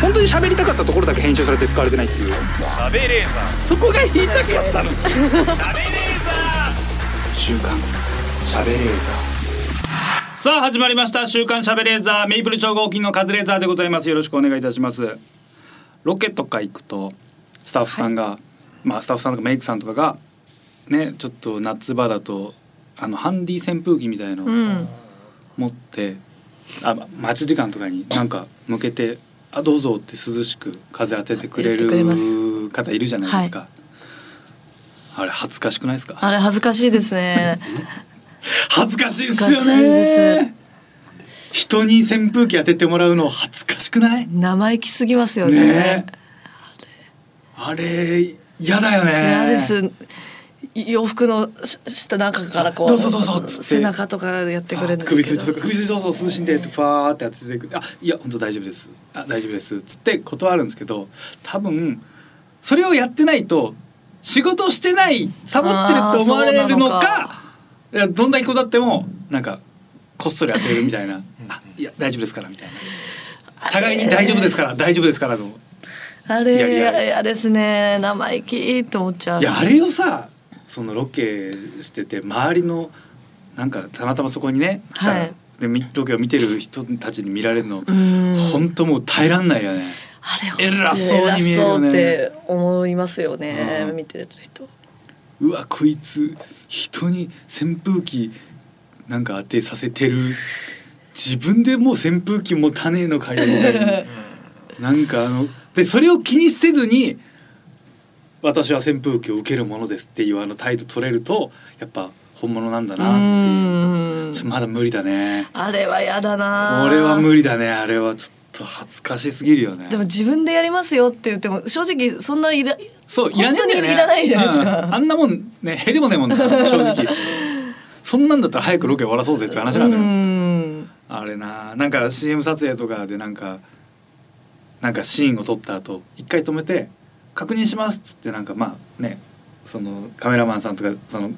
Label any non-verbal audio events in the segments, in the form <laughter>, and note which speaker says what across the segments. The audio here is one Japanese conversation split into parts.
Speaker 1: 本当に喋りたかったところだけ編集されて使われてないっていう
Speaker 2: 食べレーザ
Speaker 1: そこが言いたかったの
Speaker 2: ー食べレーザー
Speaker 1: 週刊喋れー
Speaker 3: さあ始まりました週刊しゃべレーザーメイプル超合金のカズレーザーでございますよろしくお願いいたしますロケとか行くとスタッフさんが、まあスタッフさんとかメイクさんとかがねちょっと夏場だとあのハンディ扇風機みたいの
Speaker 4: う
Speaker 3: を
Speaker 4: ん
Speaker 3: 持って、あま待ち時間とか
Speaker 4: <laughs>
Speaker 3: になんか向けて「あどうぞ」って涼しく風当ててくれ
Speaker 4: やってくれます
Speaker 3: る方いるじゃないですか、あれ恥ずかしくないですか
Speaker 4: あれ恥ずかしいですね
Speaker 3: 恥ずかしいです
Speaker 4: 恥ず
Speaker 3: よ
Speaker 4: かしいです
Speaker 3: ね人に扇風機当ててもらうの恥ずかしくない
Speaker 4: <laughs> 生意気すぎますよ
Speaker 3: ね
Speaker 4: ね
Speaker 3: えあれ嫌だよね
Speaker 4: 嫌です洋服のし下なんかからこう
Speaker 3: どうぞどうぞっつって
Speaker 4: 背中とかでやってくれるんですけど
Speaker 3: 首筋とか首筋どうぞ涼しんでってファーって当てていくあいや本当大丈夫ですあ大丈夫ですつって断るんですけど多分それをやってないと仕事してないサボってるって思われるのか
Speaker 4: あーそうなのか
Speaker 3: いやどんなにこだってもなんかこっそり当てるみたいなあいや大丈夫ですからみたいな互いに大丈夫ですから大丈夫ですからと
Speaker 4: あ
Speaker 3: いやい
Speaker 4: れ
Speaker 3: や
Speaker 4: 嫌ですね生意気って思っちゃう
Speaker 3: いやあれをさそのロケしてて周りのなんかたまたまそこにね、
Speaker 4: はい
Speaker 3: でみロケを見てる人たちに見られるの
Speaker 4: うん
Speaker 3: 本当もう耐えらんないよね。
Speaker 4: あれ
Speaker 3: 偉そうに見えるよね
Speaker 4: 偉そうって思いますよね、
Speaker 3: うん
Speaker 4: 見てる人
Speaker 3: うわこいつ人に扇風機なんか当てさせてる自分でもう扇風機持たねえのかよみたいななんかあのでそれを気にせずに「私は扇風機を受けるものです」っていうあの態度取れるとやっぱ本物なんだ
Speaker 4: う
Speaker 3: なっていう
Speaker 4: ーん
Speaker 3: ちょっとまだ無理だね
Speaker 4: あれは嫌だな
Speaker 3: 俺は無理だねあれはちょっと恥ずかしすぎるよね
Speaker 4: でも自分でやりますよって言っても正直そんないら
Speaker 3: そういら
Speaker 4: 本
Speaker 3: ね
Speaker 4: 当に
Speaker 3: えんだよね
Speaker 4: いらないじゃないですか
Speaker 3: うんあんなもんねへでもねえもんだから正
Speaker 4: <laughs>
Speaker 3: 直そんなんだったら早くロケ終わらそうぜっていう話なんだよ、
Speaker 4: ん
Speaker 3: あれななんか CM 撮影とかでなんかなんかシーンを撮った後一回止めて「確認します」っつってなんかまあねそのカメラマンさんとかその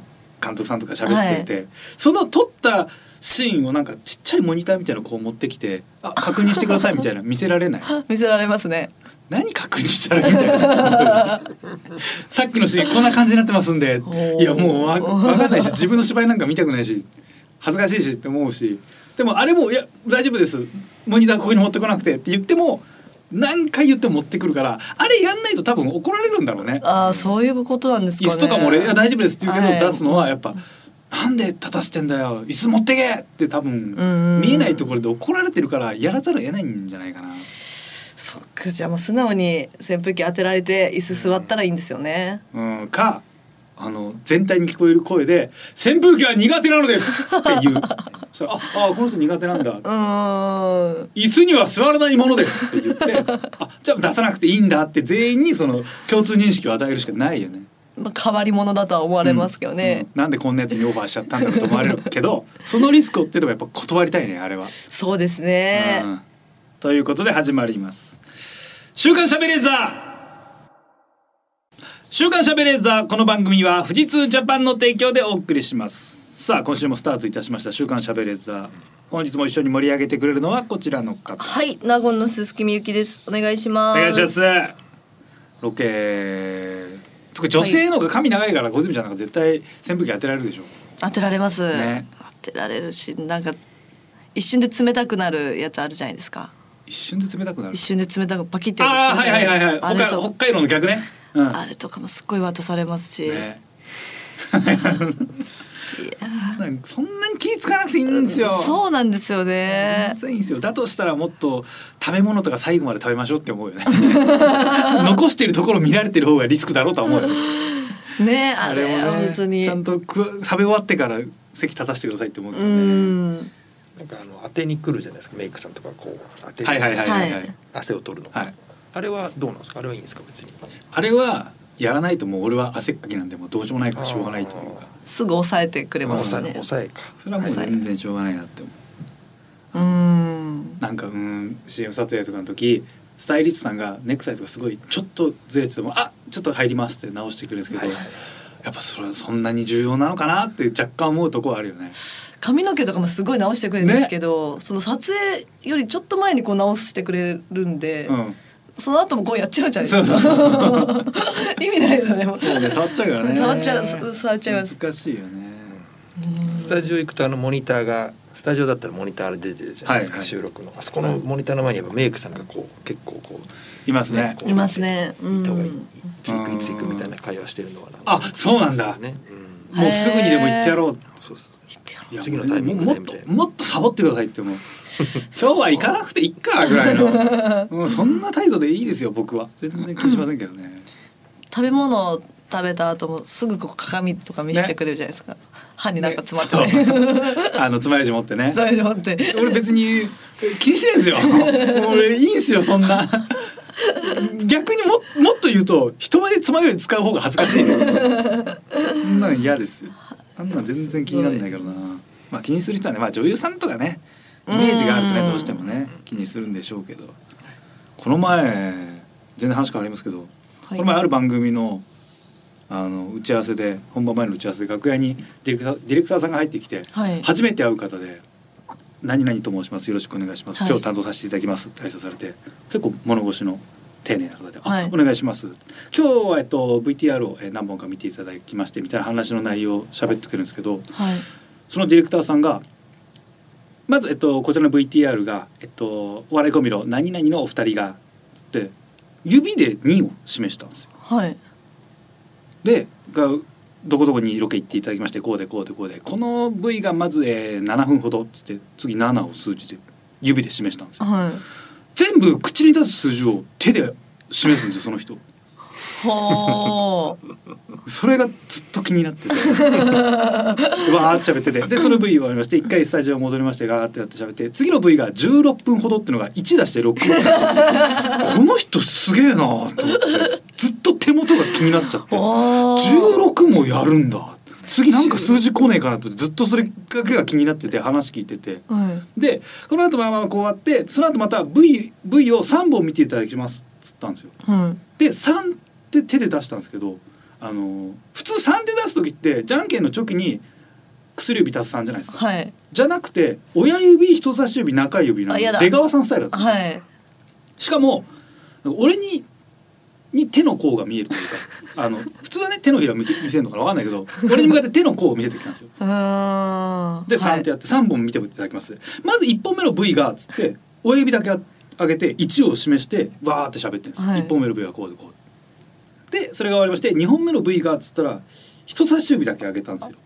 Speaker 3: 監督さんとか喋ってて、その撮ったシーンをなんかちっちゃいモニターみたいなのこう持ってきて「あ確認してください」みたいな見せられない
Speaker 4: 見せられますね
Speaker 3: 何確認したらいいんだよさっきのシーンこんな感じになってますんで
Speaker 4: おー
Speaker 3: いやもうわ分かんないし自分の芝居なんか見たくないし恥ずかしいしって思うしでもあれも「いや大丈夫ですモニターここに持ってこなくて」って言っても何回言っても持ってくるからあれやんないと多分怒られるんだろうね。
Speaker 4: ああそういうことなんですか
Speaker 3: 椅
Speaker 4: ね
Speaker 3: 子とかも俺「いや大丈夫です」って言うけ
Speaker 4: はい
Speaker 3: ど出すのはやっぱ「なんで立たしてんだよ椅子持ってけ!」って多
Speaker 4: うん
Speaker 3: 分見えないところで怒られてるからやらざるを得ないんじゃないかな。
Speaker 4: そっかじゃあもう素直に扇風機当てられて椅子座ったらいいんですよね、
Speaker 3: うん、かあの全体に聞こえる声で「扇風機は苦手なのです」って
Speaker 4: <laughs>
Speaker 3: いうそしたらああこの人苦手なんだ
Speaker 4: うーん
Speaker 3: 椅子には座らないものです」って言って「あじゃあ出さなくていいんだ」って全員にその共通認識を与えるしかないよね。
Speaker 4: まあ変わり者だとは思われますけどね、
Speaker 3: うんなんでこんなやつにオーバーしちゃったんだろうと思われるけどそのリスクを負ってでもやっぱ断りたいねあれは。
Speaker 4: そうですね、
Speaker 3: うんということで始まります「週刊しゃべレーザー」週刊しゃべレーザーこの番組は富士通ジャパンの提供でお送りしますさあ今週もスタートいたしました週刊しゃべレーザー本日も一緒に盛り上げてくれるのはこちらの方
Speaker 4: はい、名護の鈴木みゆきです。お願いし
Speaker 3: お
Speaker 4: ます。
Speaker 3: 願いしますロケ特に女性の方が髪長いから小泉ちゃんなんか絶対扇風機当てられるでしょ
Speaker 4: 当てられます。
Speaker 3: ね
Speaker 4: 当てられるし、なんか一瞬で冷たくなるやつあるじゃないですか。
Speaker 3: 一瞬で冷たくなる
Speaker 4: 一瞬で冷たくパキってやる
Speaker 3: ああはいはいはいはい北
Speaker 4: あれ
Speaker 3: 海北
Speaker 4: と
Speaker 3: 海道の逆ねうん <laughs>
Speaker 4: あれとかもすっごい渡されますし、
Speaker 3: ねなんかそんなに気ぃつかなくていいんですよ。
Speaker 4: そうなんですよね
Speaker 3: 全。然いいんですよ。だとしたらもっと食べ物とか最後まで食べましょうって思う
Speaker 4: <laughs>
Speaker 3: よね。残してるところ見られてる方がリスクだろうとは思うよ。
Speaker 4: ね、あれ
Speaker 3: もね
Speaker 4: 本当に。
Speaker 3: ちゃんと食わ食べ終わってから席立たしてくださいって思うけ
Speaker 4: う
Speaker 3: どね。
Speaker 4: ん。
Speaker 5: なんかあの当てに来るじゃないですかメイクさんとかこう当てに
Speaker 3: はいはいはいはいは
Speaker 4: はいい。
Speaker 5: 汗を取るの、
Speaker 3: はい。
Speaker 5: あれはどうなんですかあれはいいんですか別に
Speaker 3: あれはやらないともう俺は汗っかきなんでもうどうしようもないからしょうがないというか。
Speaker 4: すぐ抑えてくれ
Speaker 5: で
Speaker 4: ま
Speaker 5: も
Speaker 4: すしね。
Speaker 5: 抑えか
Speaker 3: それはもう全然しょうがないなって思う。
Speaker 4: うん。
Speaker 3: なんかうん CM 撮影とかの時スタイリストさんがネクタイとかすごいちょっとずれてても「あちょっと入ります」って直してくるんですけど、
Speaker 5: はいはい
Speaker 3: やっぱそれはそんなに重要なのかなって若干思うとこはあるよね。
Speaker 4: 髪の毛とかもすごい直してくれるんですけど、その撮影よりちょっと前にこう直してくれるんで、
Speaker 3: うん、
Speaker 4: その後もこうやっちゃうじゃないです
Speaker 3: そ
Speaker 4: か
Speaker 3: うそ
Speaker 4: <laughs> 意味ないですよねもう
Speaker 3: そうね触っちゃうからね
Speaker 4: 触っちゃう触っちゃいます
Speaker 3: 難しいよね
Speaker 5: スタジオ行くとあのモニターがスタジオだったらモニターで出てるじゃないですか、
Speaker 3: はいはい
Speaker 5: 収録のあそこのモニターの前にやっぱメイクさんがこう結構こう
Speaker 3: いますね
Speaker 5: こう
Speaker 4: いますねう
Speaker 5: 行った方がいい、
Speaker 4: ん
Speaker 5: いつ行くいつ行くみたいな会話してるのはなんか
Speaker 3: あそうなんだ
Speaker 5: ね、うん、
Speaker 3: もうすぐにでも行ってやろう
Speaker 5: そうそう
Speaker 4: 言ってやろ
Speaker 3: いや
Speaker 5: 次のタイミン
Speaker 3: も
Speaker 5: グで
Speaker 3: うもっ
Speaker 5: みたい
Speaker 3: と
Speaker 5: な
Speaker 3: もっとサボってくださいって思う今日は行かなくていっかぐらい
Speaker 4: <laughs>
Speaker 3: の、うん、そんな態度でいいですよ僕は全然気にしませんけどね
Speaker 4: う食べ物を食べた後もすぐこう鏡とか見せてくれるじゃないですか、歯になんか詰まって
Speaker 3: ね
Speaker 4: ね
Speaker 3: あのつまようじ持ってね
Speaker 4: そうでしょって
Speaker 3: 俺別に気にしないんですよもう俺いいんですよそんな逆にももっと言うと人前でつまようじ使う方が恥ずかしいですしそんなん嫌ですよあんなん全然気にならないからなまあ気にする人はねまあ女優さんとかねイメージがあるとね
Speaker 4: うん
Speaker 3: どうしてもね気にするんでしょうけどこの前全然話変わりますけど、この前ある番組のあの打ち合わせで本番前の打ち合わせで楽屋にディレクターディレクターさんが入ってきて、
Speaker 4: はい
Speaker 3: 初めて会う方で「何々と申しますよろしくお願いします、
Speaker 4: はい
Speaker 3: 今日担当させていただきます」って挨拶されて結構物腰の丁寧な方で「あ
Speaker 4: はい
Speaker 3: お願いします」今日は、えっと、VTR をえー何本か見ていただきましてみたいな話の内容を喋ってくるんですけど
Speaker 4: はい
Speaker 3: そのディレクターさんがまず、えっと、こちらの VTR が、えっと、お笑いコンビの何々のお二人がって指で2を示したんですよ。
Speaker 4: はい
Speaker 3: でがどこどこにロケ行っていただきましてこうでこうでこうでこの部位がまず、えー7分ほどっつって次7を数字で指で示したんですよ
Speaker 4: はい
Speaker 3: 全部口に出す数字を手で示すんですよその人
Speaker 4: <laughs> ほー
Speaker 3: それがずっと気になってて <laughs> わーって喋っててでその部位終わりまして一回スタジオ戻りましてガーってやって喋って次の部位が16分ほどってのが1出して6分出したんですよこの人すげえなーと思ってずっと手元が気になっちゃって
Speaker 4: おー
Speaker 3: 16もやるんだ次なんか数字来ねえかなとずっとそれだけが気になってて話聞いてて
Speaker 4: はい
Speaker 3: でこの後まあまあこうやってその後また V, v を3本見ていただきますっつったんですよ
Speaker 4: はい
Speaker 3: で3って手で出したんですけどあの普通3で出す時ってじゃんけんのチョキに薬指足す3じゃないですか、
Speaker 4: はい
Speaker 3: じゃなくて親指人差し指中指の
Speaker 4: あやだ
Speaker 3: 出川さんスタイルだったんですよ
Speaker 4: はい
Speaker 3: しかも俺にに手の甲が見えるという
Speaker 4: <laughs>
Speaker 3: かあの普通はね手のひらを見見せるのかなわかんないけど俺に向かって手の甲を見せてきたんですよ。
Speaker 4: うーん
Speaker 3: で
Speaker 4: はい
Speaker 3: 3手やって3本見ていただきます。まず1本目の部位がつって親指だけ上げて1を示してわーって喋ってるんです、
Speaker 4: はい
Speaker 3: 1本目の部位はこうでこうでそれが終わりまして2本目の部位がつったら人差し指だけ上げたんですよ。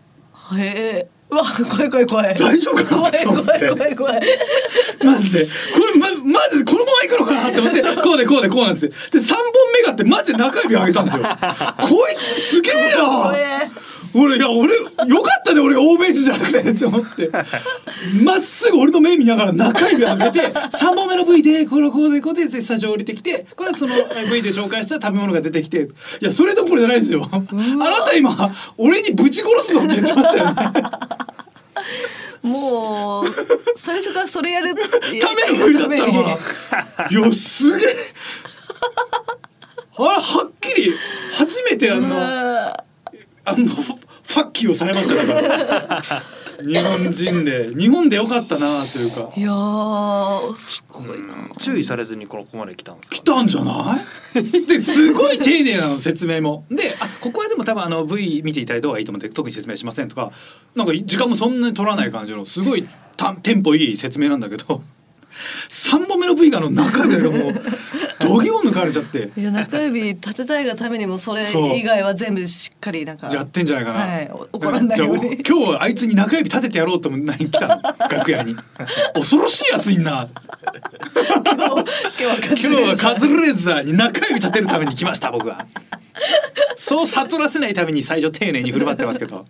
Speaker 4: へえうわ怖い怖い怖い
Speaker 3: 大丈夫かな
Speaker 4: 怖い怖い
Speaker 3: そう
Speaker 4: 怖い怖い
Speaker 3: マジでこれまマジでこのままいくのかなって思ってこうでこうでこうなんですよで3本目があってマジで中指上げたんですよこいつすげえ
Speaker 4: 怖
Speaker 3: な
Speaker 4: え
Speaker 3: 俺いや俺よかったね俺が欧米人じゃなくてって思ってまっすぐ俺の目見ながら中指上げて3本目の V でこれこうでこうでスタジオ降りてきてこれはその V で紹介した食べ物が出てきていやそれどころじゃないですよあなた今俺にぶち殺すぞって言ってましたよね
Speaker 4: もう最初からそれやる
Speaker 3: ための振りだったのかな。いやすげえ。あれはっきり初めてあのあ
Speaker 4: な
Speaker 3: のファッキーをされましたから。日本人で日本でよかったなというか
Speaker 4: い。やーすごいな
Speaker 5: 注意されずにこのここまで来たんですか、
Speaker 3: 来たんじゃないですごい丁寧なの説明も。であここはでも多分あの V 見ていただいた方がいいと思って特に説明しませんとかなんか時間もそんなに取らない感じのすごいたテンポいい説明なんだけど3本目の V があの中でもうどぎも抜かれちゃって。
Speaker 4: いや中指立てたいがためにもそれ
Speaker 3: そう
Speaker 4: 以外は全部しっかりなんか
Speaker 3: やってんじゃないかな。
Speaker 4: はいお怒らないように
Speaker 3: じゃあお今日はあいつに中指立ててやろうと思って来たの楽
Speaker 4: <laughs>
Speaker 3: 屋に。恐ろしいやついんな。
Speaker 4: 今日はカ
Speaker 3: 今
Speaker 4: ズ
Speaker 3: 日
Speaker 4: レー
Speaker 3: は
Speaker 4: ザー
Speaker 3: カズレーザーに中指立てるために来ました僕は。そう悟らせないために最初丁寧に振る舞ってますけど。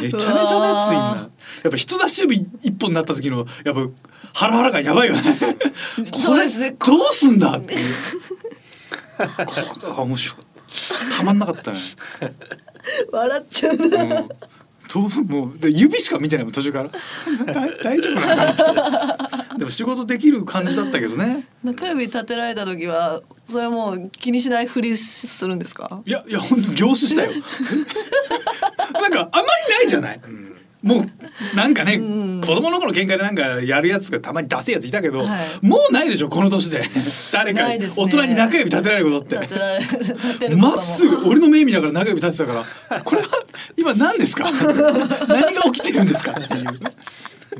Speaker 3: めちゃめちゃなやついんな。やっぱ人差し指一本になった時のやっぱハラハラ感やばいよ
Speaker 4: <laughs>
Speaker 3: ね。こ
Speaker 4: そう
Speaker 3: れ
Speaker 4: ですね
Speaker 3: どうすんだっていう。これは面白かった。たまんなかったね。
Speaker 4: 笑っちゃうな
Speaker 3: もうどうもうで指しか見てないもん途中から <laughs> だ大丈夫なのかなってでも仕事できる感じだったけどね
Speaker 4: 中指立てられた時はそれはもう気にしないふりするんですか
Speaker 3: <laughs> いやいや本当凝視したよなんかあまりないじゃない、もうなんかね、
Speaker 4: うん
Speaker 3: 子供の頃喧嘩でなんかやるやつがたまに出せやついたけど、
Speaker 4: はい
Speaker 3: もうないでしょこの年 <laughs> で誰か
Speaker 4: ない
Speaker 3: に、
Speaker 4: ですね
Speaker 3: 大人に中指立てられることって
Speaker 4: 立てられ立てること
Speaker 3: ま
Speaker 4: も
Speaker 3: っすぐ俺の目見ながら中指立てたからこれは今何です <laughs> か何が起きてるんですかっていう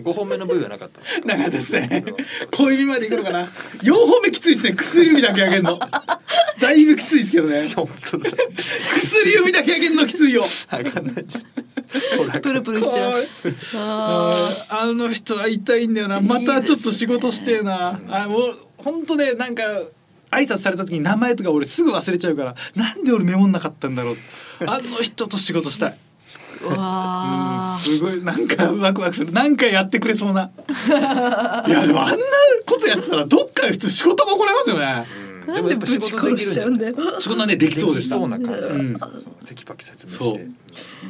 Speaker 5: 五本目の V はなかった。
Speaker 3: なんかですね小指までいくのかな4本目きついですね薬指だけ上げるのだいぶきついですけどね <laughs>
Speaker 5: 本当だ。
Speaker 3: 薬指だけ上げるのきついよ
Speaker 5: わかんない。
Speaker 4: プルプルしちゃうあ
Speaker 3: あーあの人は痛いんだよなまたちょっと仕事してえなあもう本当ねなんか挨拶された時に名前とか俺すぐ忘れちゃうからなんで俺メモんなかったんだろうあの人と仕事したい
Speaker 4: ーうわ
Speaker 3: すごいなんかワクワクするなんかやってくれそうないやでもあんなことやってたらどっかで普通仕事も行いますよね
Speaker 4: ーなんでぶち殺しちゃうんだよ
Speaker 3: 仕事はねできそうでした
Speaker 5: そうな感じだ
Speaker 3: うん
Speaker 5: った。そうテキパキ説明
Speaker 3: そ
Speaker 5: し
Speaker 3: う
Speaker 5: て。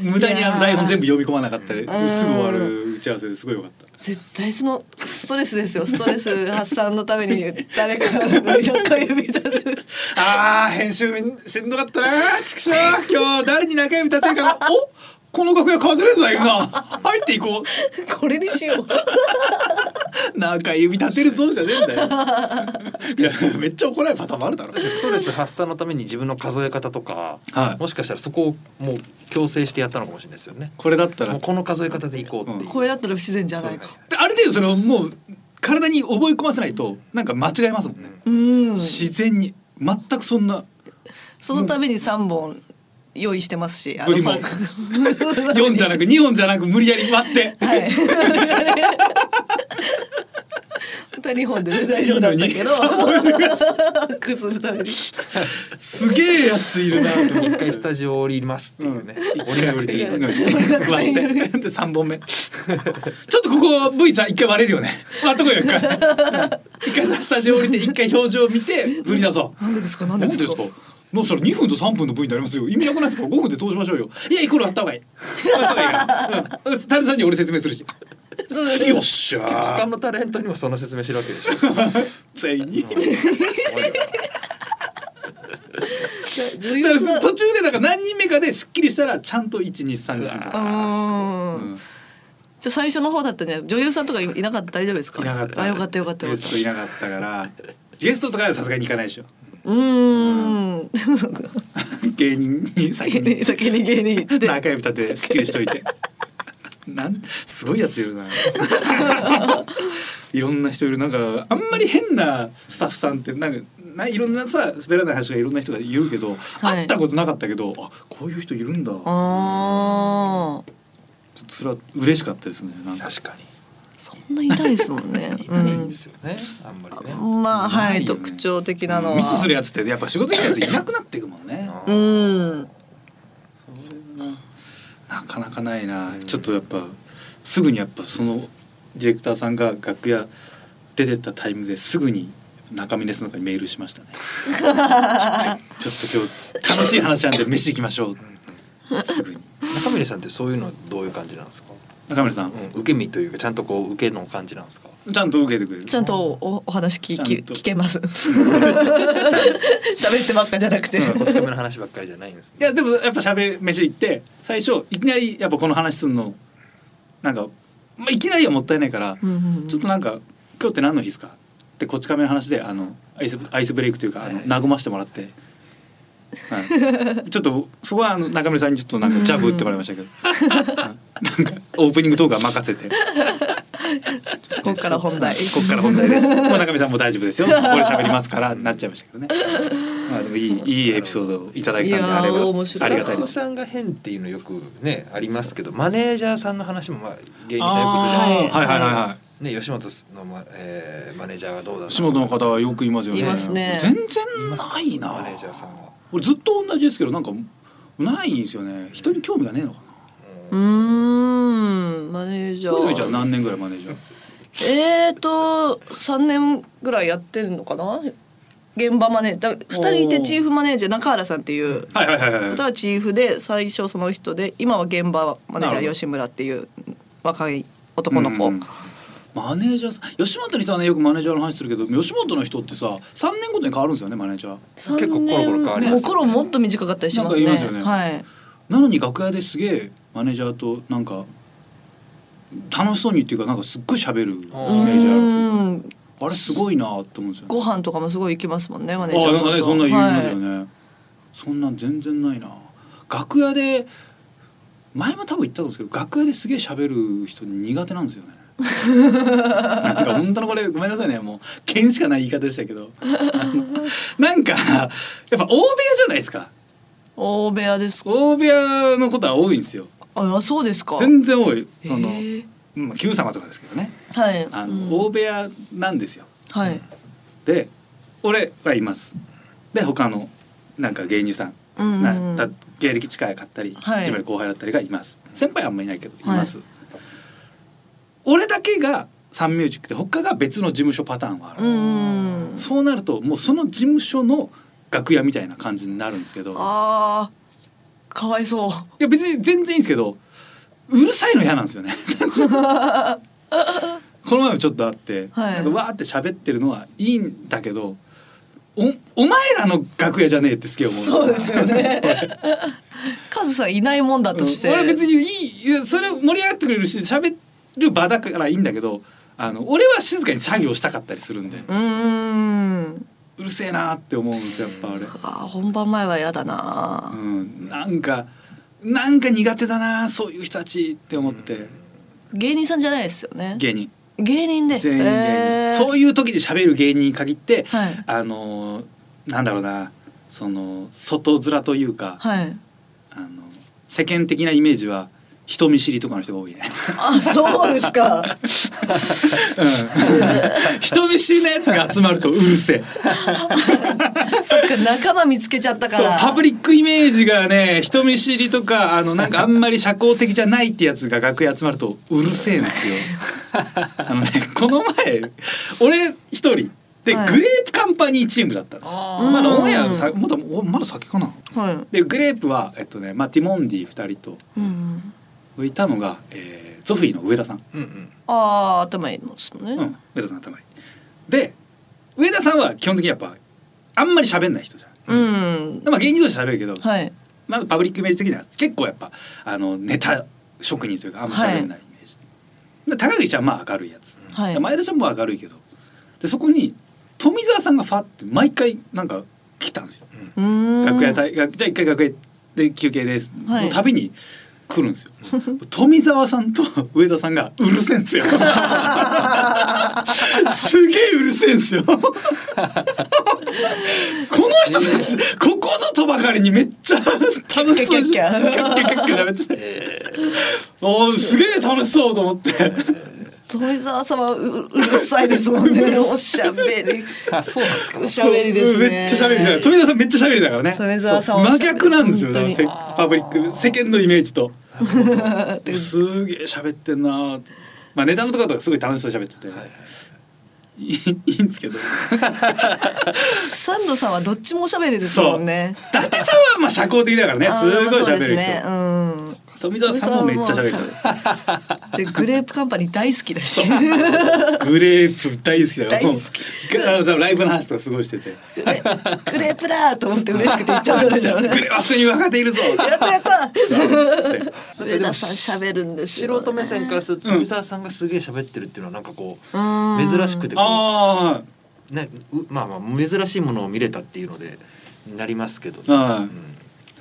Speaker 3: 無駄にあの台本全部読み込まなかったりすぐ
Speaker 4: やー
Speaker 3: 終わる打ち合わせですごい良かった
Speaker 4: 絶対そのストレスですよストレス発散のために誰かの中指立てる
Speaker 3: あー編集しんどかったなちくしょう今日誰に中指立てるかなおこの楽屋カズレーザーいるな入っていこ
Speaker 4: これにしよう
Speaker 3: う中指立てるぞじゃねえんだ <laughs> よいやめっちゃ怒られるパターンもあるだろ
Speaker 5: ストレス発散のために自分の数え方とか、
Speaker 3: はい
Speaker 5: もしかしたらそこをもう強制してやったのかもしれないですよね。
Speaker 3: これだったら
Speaker 5: もうこの数え方でいこうっていう。
Speaker 4: これだったら不自然じゃないか
Speaker 3: である程度それをもう体に覚え込ませないとなんか間違えますもんね、
Speaker 4: うん
Speaker 3: 自然に全くそ <laughs> んな
Speaker 4: そのために三本用意してますしあ
Speaker 3: 無
Speaker 4: の
Speaker 3: 理も4じゃなく2本じゃなく無理やり割って <laughs>
Speaker 4: はい。本当は2本で、ね、大丈夫だったけど
Speaker 3: いい
Speaker 4: 崩るために
Speaker 3: すげえやついるなと思っ
Speaker 5: 一
Speaker 3: て
Speaker 5: 回スタジオ降りますっていうね。降りなくていい。
Speaker 3: 割ってで3本目ちょっとここ V さん一回割れるよね割っとこうよ一回一回さスタジオ降りて一回表情見て振り出そう
Speaker 4: なんでですかなんで
Speaker 3: 何
Speaker 4: で
Speaker 3: ですす
Speaker 4: か
Speaker 3: かもうそれ2分と3分の V になりますよ意味なくないですか5分で通しましょうよいやイコールあった方がいいあった方がいいからうんタレさんに俺説明するし
Speaker 4: そうです
Speaker 3: よっし
Speaker 5: 他
Speaker 3: ゃー
Speaker 5: のタレントにもその説明してるわけでしょ。
Speaker 3: ついにだ
Speaker 4: 重要
Speaker 3: か
Speaker 4: な
Speaker 3: ら途中でなんか何人目かですっきりしたらちゃんと123でする
Speaker 4: うーんじゃあ最初の方だったんじゃない女優さんとかいなかった大丈夫ですか
Speaker 3: いなかった
Speaker 4: あよかったよかったよ
Speaker 3: ゲ
Speaker 4: かっ
Speaker 3: ス
Speaker 4: た
Speaker 3: トいなかったからゲストとかはさすがに行かないでしょ
Speaker 4: うーん
Speaker 3: 芸人に先に
Speaker 4: 先に芸人行って
Speaker 3: 中指立ててすっきりしといてなんすごいやついるな
Speaker 4: <laughs>
Speaker 3: いろんな人いるなんかあんまり変なスタッフさんってなんかないいろんなさ滑らない話がいろんな人が言うけど、
Speaker 4: い
Speaker 3: 会ったことなかったけどあこういう人いるんだちょっ
Speaker 4: ああ
Speaker 3: とそれは嬉しかったですねなんか
Speaker 5: 確かに。
Speaker 4: そんないないですもん
Speaker 3: <laughs>
Speaker 4: ね
Speaker 5: いないんですよね。あんまりね。
Speaker 4: うんまあは
Speaker 3: ない
Speaker 4: い、
Speaker 3: よね
Speaker 4: 特徴的なのは
Speaker 3: ミスするやつってやっぱ仕事行くやついなくなっていくもんね
Speaker 5: あ
Speaker 4: うん
Speaker 3: なかなかないな、
Speaker 5: うん
Speaker 3: ちょっとやっぱすぐにやっぱそのディレクターさんが楽屋出てったタイムですぐに中峰さんとかにメールしましたねちょっとちょっと今日楽しい話なんで飯行きましょうすぐに
Speaker 5: 中森さんってそういうのどういう感じなんですか。
Speaker 3: 中村さん
Speaker 5: うん、受け身というかちゃんとこう受けの感じなんですか。
Speaker 3: ちゃんと受けてくれる
Speaker 4: ちゃんとおお話聞き
Speaker 3: ちゃんと
Speaker 4: 聞
Speaker 3: <laughs>
Speaker 4: けます喋ってばっかじゃなくて、
Speaker 5: こっち亀の話ばっかりじゃないんです、ね。
Speaker 3: いやでもやっぱしゃべ飯行って最初いきなりやっぱこの話すんのなんか、まあ、いきなりはもったいないから、
Speaker 4: うんうんうん
Speaker 3: ちょっとなんか「今日って何の日ですか?」ってこっち亀の話であのアイスアイスブレイクというかあの和ましてもらって、はい、ちょっとそこはあの中村さんにちょっとなん
Speaker 4: <laughs>
Speaker 3: かジャブ打ってもらいましたけど、うんなんかオープニングトークは任せて
Speaker 4: ここから本題
Speaker 3: ここから本題ですもう中村さんも大丈夫ですよこれ喋りますからなっちゃいましたけどね。まあでもいいいいエピソードをいただいたんであれ
Speaker 4: いやー
Speaker 3: は
Speaker 4: 面白
Speaker 3: あ
Speaker 4: い
Speaker 3: りがたいです。
Speaker 5: さんが変っていうのよくねありますけどマネージャーさんの話もまあ芸人さんよくするじゃないですか。
Speaker 3: あーはいはいはいはい。
Speaker 5: ね吉本のマ,、えーマネージャーがどうだ
Speaker 3: 吉本の方はよく言いますよね。
Speaker 4: 言いますね
Speaker 3: 全然ないな。
Speaker 5: マネージャーさんは。
Speaker 3: 俺ずっと同じですけどなんかないんですよね。人に興味がねえのかな。
Speaker 4: うーんマネージャ
Speaker 3: 小泉ちゃん
Speaker 4: ー
Speaker 3: 何年ぐらいマネージャー？
Speaker 4: えーと3年ぐらいやってるのかな現場マネージャー2人いてチーフマネージャー中原さんっていう
Speaker 3: はいはいはい
Speaker 4: 方はチーフで最初その人で今は現場マネージ
Speaker 3: なる
Speaker 4: ャー
Speaker 3: ほど
Speaker 4: 吉村っていう若い男の子、
Speaker 3: うんマネージャーさん吉本の人はねよくマネージャーの話するけど吉本の人ってさ三年ごとに変わるんですよねマネージャー。
Speaker 4: 三
Speaker 5: 結構コロコロ変わりますよね
Speaker 4: もうコロもっと短かったりしますね
Speaker 3: なんか言いますよね
Speaker 4: はい
Speaker 3: なのに楽屋ですげえマネージャーとなんか楽しそうにっていうかなんかすっごい喋るイメ
Speaker 5: あ
Speaker 4: う
Speaker 3: ージある
Speaker 4: ん
Speaker 3: あれすごいなと思うんですよ、ね
Speaker 4: ご飯とかもすごい行きますもんねマネージ
Speaker 3: ああ
Speaker 4: ャー
Speaker 3: なん
Speaker 4: さんと
Speaker 3: かねそんなん言いますよ
Speaker 4: は
Speaker 3: ね、そんなん全然ないな楽屋で前も多分言ったと思うんですけど楽屋ですげえ喋る人苦手なん
Speaker 4: <laughs>
Speaker 3: ですよねなんか本当のこれごめんなさいねもう剣しかない言い方でしたけど <laughs> あのなんかやっぱ大部屋じゃないですか
Speaker 4: い大部屋ですか
Speaker 3: 大部屋のことは多いんですよ
Speaker 4: あそうですか
Speaker 3: 全然多いその、
Speaker 4: へー
Speaker 3: まあ Q 様とかですけどね
Speaker 4: はい
Speaker 3: あの、
Speaker 4: うん
Speaker 3: 大部屋なんですよ
Speaker 4: はい
Speaker 3: で俺はいますで他のなんか芸人さん
Speaker 4: うんうん
Speaker 3: なだ芸歴近かったり、
Speaker 4: はい
Speaker 3: 自分より後輩だったりがいます先輩はあんまいないけどいます、俺だけがサンミュージックで他が別の事務所パターンはあるん
Speaker 4: う
Speaker 3: ですよ、
Speaker 4: ん
Speaker 3: そうなるともうその事務所の楽屋みたいな感じになるんですけどい
Speaker 4: あーかわいそう
Speaker 3: や別に全然いいんですけどうるさいの嫌なんですよ
Speaker 4: <laughs>
Speaker 3: ねこの前もちょっとあって、
Speaker 4: はい
Speaker 3: なんかわーって喋ってるのはいいんだけどおお前らの楽屋じゃねえってすげえ思う
Speaker 4: そうです
Speaker 3: <laughs>
Speaker 4: よねカズさんいないもんだとして、
Speaker 3: うん俺別にいいいやそれ盛り上がってくれるし喋る場だからいいんだけどあの俺は静かに作業したかったりするんで、う
Speaker 4: うーん
Speaker 3: るせえなって思うんですよやっぱあれ、
Speaker 4: あー本番前は嫌だな、
Speaker 3: うん、なんかなんか苦手だなそういう人たちって思って、
Speaker 4: 芸人さんじゃないですよね
Speaker 3: 芸人
Speaker 4: 芸人で
Speaker 3: 全員芸人、
Speaker 4: へー
Speaker 3: そういう時に喋る芸人に限って、
Speaker 4: はい
Speaker 3: あのなんだろうなその外面というか、
Speaker 4: はい
Speaker 3: あの世間的なイメージは人見知りとかの人が多いね。
Speaker 4: あそうで
Speaker 3: <laughs>
Speaker 4: すか
Speaker 3: うん人見知りなやつが集まるとうるせえ
Speaker 4: そっか仲間見つけちゃったか
Speaker 3: そう
Speaker 4: ら
Speaker 3: パブリックイメージがね人見知りとかあのなんかあんまり社交的じゃないってやつが楽屋集まるとうるせえん
Speaker 4: <laughs>
Speaker 3: ですよあのねこの前俺一人で、
Speaker 4: はい
Speaker 3: グレープカンパニーチームだったんですよ
Speaker 5: あ
Speaker 4: ー
Speaker 3: まだオンエアさまだおまだ先かな
Speaker 4: はい
Speaker 3: でグレープはえっとねまあティモンディ2人
Speaker 4: うんうん、
Speaker 3: といたのが、えーゾフィーの上田さん
Speaker 5: うんうん
Speaker 4: あー頭いいもんですもんね、
Speaker 3: うん、上田さん頭いいで上田さんは基本的にやっぱあんまり喋んない人じゃん
Speaker 4: うん
Speaker 3: まあ芸人同士喋るけど、
Speaker 4: はい
Speaker 3: まだパブリックイメージ的には結構やっぱあのネタ職人というかあんま喋んないイメージ、で高岸はまあ明るいやつ、
Speaker 4: はい
Speaker 3: で前田ちゃんも明るいけどでそこに富澤さんがファって毎回なんか来たんですよ、
Speaker 4: うーん
Speaker 3: 楽屋たいがじゃあ一回楽屋で休憩です、
Speaker 4: はい
Speaker 3: の度に来るんです
Speaker 4: <laughs>
Speaker 3: よ富澤さんと上田さんがうるせえんですよすげえうるせえんですよこの人たちここぞとばかりにめっちゃ楽しそうに
Speaker 4: キャッキャッキャ
Speaker 3: キャッキャッキャッ喋ってておーすげえ楽しそうと思って
Speaker 4: 富澤様はうううるさいですもんねおしゃべり
Speaker 5: あそうなんですか
Speaker 4: おしゃべりです
Speaker 3: そ
Speaker 4: ね
Speaker 3: うめっちゃ喋りだから富澤さんめっちゃ喋りだからね
Speaker 4: 富澤さん
Speaker 3: そう
Speaker 4: はお
Speaker 3: 真
Speaker 4: しゃべり
Speaker 3: 逆なんですよだからせ
Speaker 4: 本
Speaker 3: パブリック世間のイメージと。
Speaker 4: <laughs> で
Speaker 3: すげえ喋ってんなーとまあネタのとことかすごい楽しそうに喋ってて、いい、いいんですけど
Speaker 4: サンドさんはどっちもおしゃべりですもんね
Speaker 3: 伊達さんはまあ社交的だからね
Speaker 4: あ
Speaker 3: す
Speaker 4: ー
Speaker 3: ごい喋る人、
Speaker 4: まあそう
Speaker 3: 富澤さんもめっちゃ喋る人
Speaker 4: 富ですねうんでグレープカンパニー大好きだし
Speaker 3: グレープ大好きだから
Speaker 4: 大好
Speaker 3: もうあのライブの話とかすごいしてて
Speaker 4: グレグレープだと思って嬉しくて言っちゃったでしょ
Speaker 3: <laughs>
Speaker 4: うね
Speaker 3: グレーあそこに若手いるぞ
Speaker 4: <laughs> やったやった
Speaker 3: って
Speaker 4: 上田さん喋るんですよ
Speaker 5: 素人目線からすると富澤さんがすげえ喋ってるっていうのはなんかこう
Speaker 4: うん
Speaker 5: 珍しくてこう
Speaker 3: あ
Speaker 5: ねうまあまあ珍しいものを見れたっていうのでなりますけど、
Speaker 3: あは
Speaker 5: う
Speaker 3: い
Speaker 5: ん
Speaker 3: か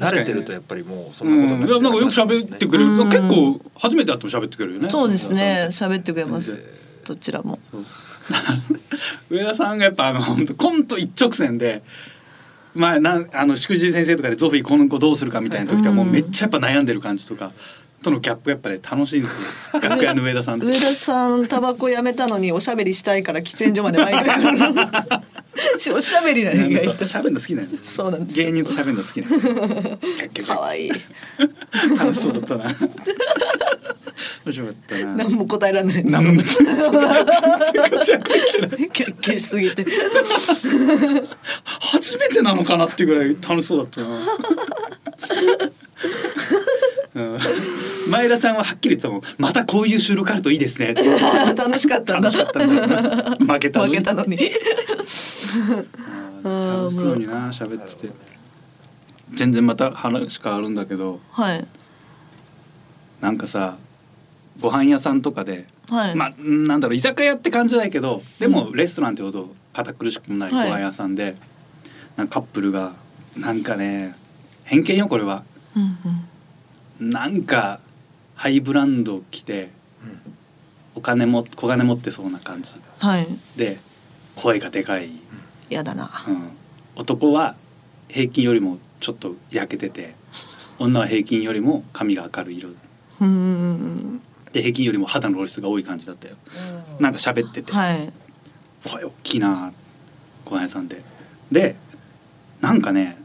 Speaker 5: 慣
Speaker 3: にね
Speaker 5: れてるとやっぱりもうそ
Speaker 3: うんん、
Speaker 5: なこと
Speaker 3: いやなんかよく喋ってくれる
Speaker 4: うん
Speaker 3: 結構初めて会っても喋ってくれるよね
Speaker 4: そうですね喋ってくれますどちらも
Speaker 3: そう上田さんがやっぱあの本当コント一直線で前なんあの祝辞先生とかでゾフィーこの子どうするかみたいな時とか
Speaker 4: うん
Speaker 3: もうめっちゃやっぱ悩んでる感じとかとのギャップやっぱね楽しいんです
Speaker 4: <laughs>
Speaker 3: よ楽屋の上田さんと
Speaker 4: 上田さんタバコやめたのにおしゃべりしたいから喫煙所まで毎回来るおしゃべりな
Speaker 3: なん
Speaker 4: 意
Speaker 3: でそう
Speaker 4: 外と
Speaker 3: 喋るの好きなんです
Speaker 4: そうなんです
Speaker 3: 芸人と喋るの好きなんですキ
Speaker 4: <laughs>
Speaker 3: ャッキャキャッキャ
Speaker 4: 可愛い
Speaker 3: 楽しそうだ
Speaker 4: <laughs>
Speaker 3: ったな面白かったな
Speaker 4: 何も答えられない <laughs>
Speaker 3: 何も全然活躍できてない
Speaker 4: 決起しすぎて
Speaker 3: 初めてなのかなっていうぐらい楽しそうだったな。うん前田ちゃんははっきり言ってたもんまたこういう収録あるといいですねって
Speaker 4: 楽しかったんだ
Speaker 3: 楽しかったんだよな負けたの
Speaker 4: 負
Speaker 3: に
Speaker 4: けたのに
Speaker 3: うん楽しそうにな喋ってて全然また話変わるんだけど
Speaker 4: はい
Speaker 3: なんかさご飯屋さんとかで、
Speaker 4: はい。
Speaker 3: まあなんだろう居酒屋って感じじゃないけどでもレストランってほど堅苦しくもないご
Speaker 4: はい
Speaker 3: 飯屋さんで、なんかカップルがなんかね偏見よこれは
Speaker 4: うんうん
Speaker 3: なんかハイブランド着て
Speaker 5: うん
Speaker 3: お金も小金持ってそうな感じ
Speaker 4: はい。
Speaker 3: で声がでかい、
Speaker 4: やだな。
Speaker 3: うん、男は平均よりもちょっと焼けてて女は平均よりも髪が明るい色
Speaker 4: うんうん
Speaker 3: で平均よりも肌の露出が多い感じだったよなんか喋って
Speaker 4: う
Speaker 3: て、
Speaker 4: ん。はい。
Speaker 3: 声大きいなご飯屋さんででなんかね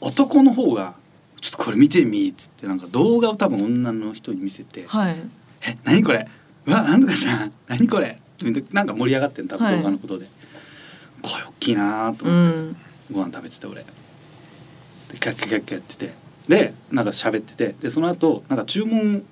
Speaker 3: 男の方が「ちょっとこれ見てみ」っつってなんか動画を多分女の人に見せて
Speaker 4: はい。
Speaker 3: 「え何これうわなんとかじゃん何これ」なんか盛り上がってん多
Speaker 4: は
Speaker 3: 分
Speaker 4: い
Speaker 3: 動画のことで、声大きいなと
Speaker 4: う
Speaker 3: 思って、
Speaker 4: ん。
Speaker 3: ご飯食べてて俺でキャッキャッキャッキャやっててでなんか喋っててでその後なんか注文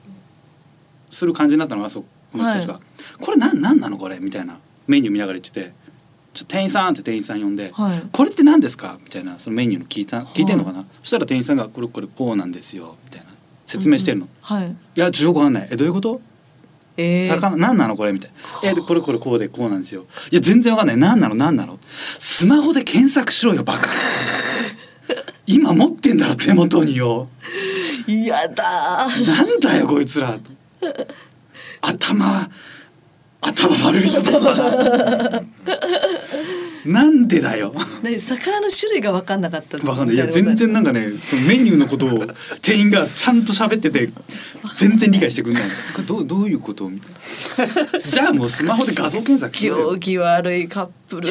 Speaker 3: する感じになったのがそこの人たちが「
Speaker 4: は
Speaker 3: これなんなんなのこれ」みたいなメニュー見ながら言ってて「ちょ店員さん」って店員さん呼んで「
Speaker 4: はい。
Speaker 3: これって何ですか?」みたいなそのメニューの聞いた聞いてんのかな、そしたら店員さんが「これこれこうなんですよ」みたいな説明してるの「
Speaker 4: うん。はい。
Speaker 3: いや中国わかんないえどういうこと
Speaker 4: ええ。
Speaker 3: 魚何なのこれみたいな「えでこれこれこうでこうなんですよ」「いや全然わかんない何なの何なのスマホで検索しろよバ <laughs> カ」今持ってんだろ手元によ
Speaker 4: やだー。
Speaker 3: なんだよこいつらと頭頭悪い人たちだななんでだよ
Speaker 4: ね、魚の種類が分かんなかった。
Speaker 3: わかんないいや全然なんかねそのメニューのことを店員がちゃんと喋ってて全然理解してくれないこれどうどういうことみたいなじゃあもうスマホで画像検索しろよ
Speaker 4: 行儀悪いカップル。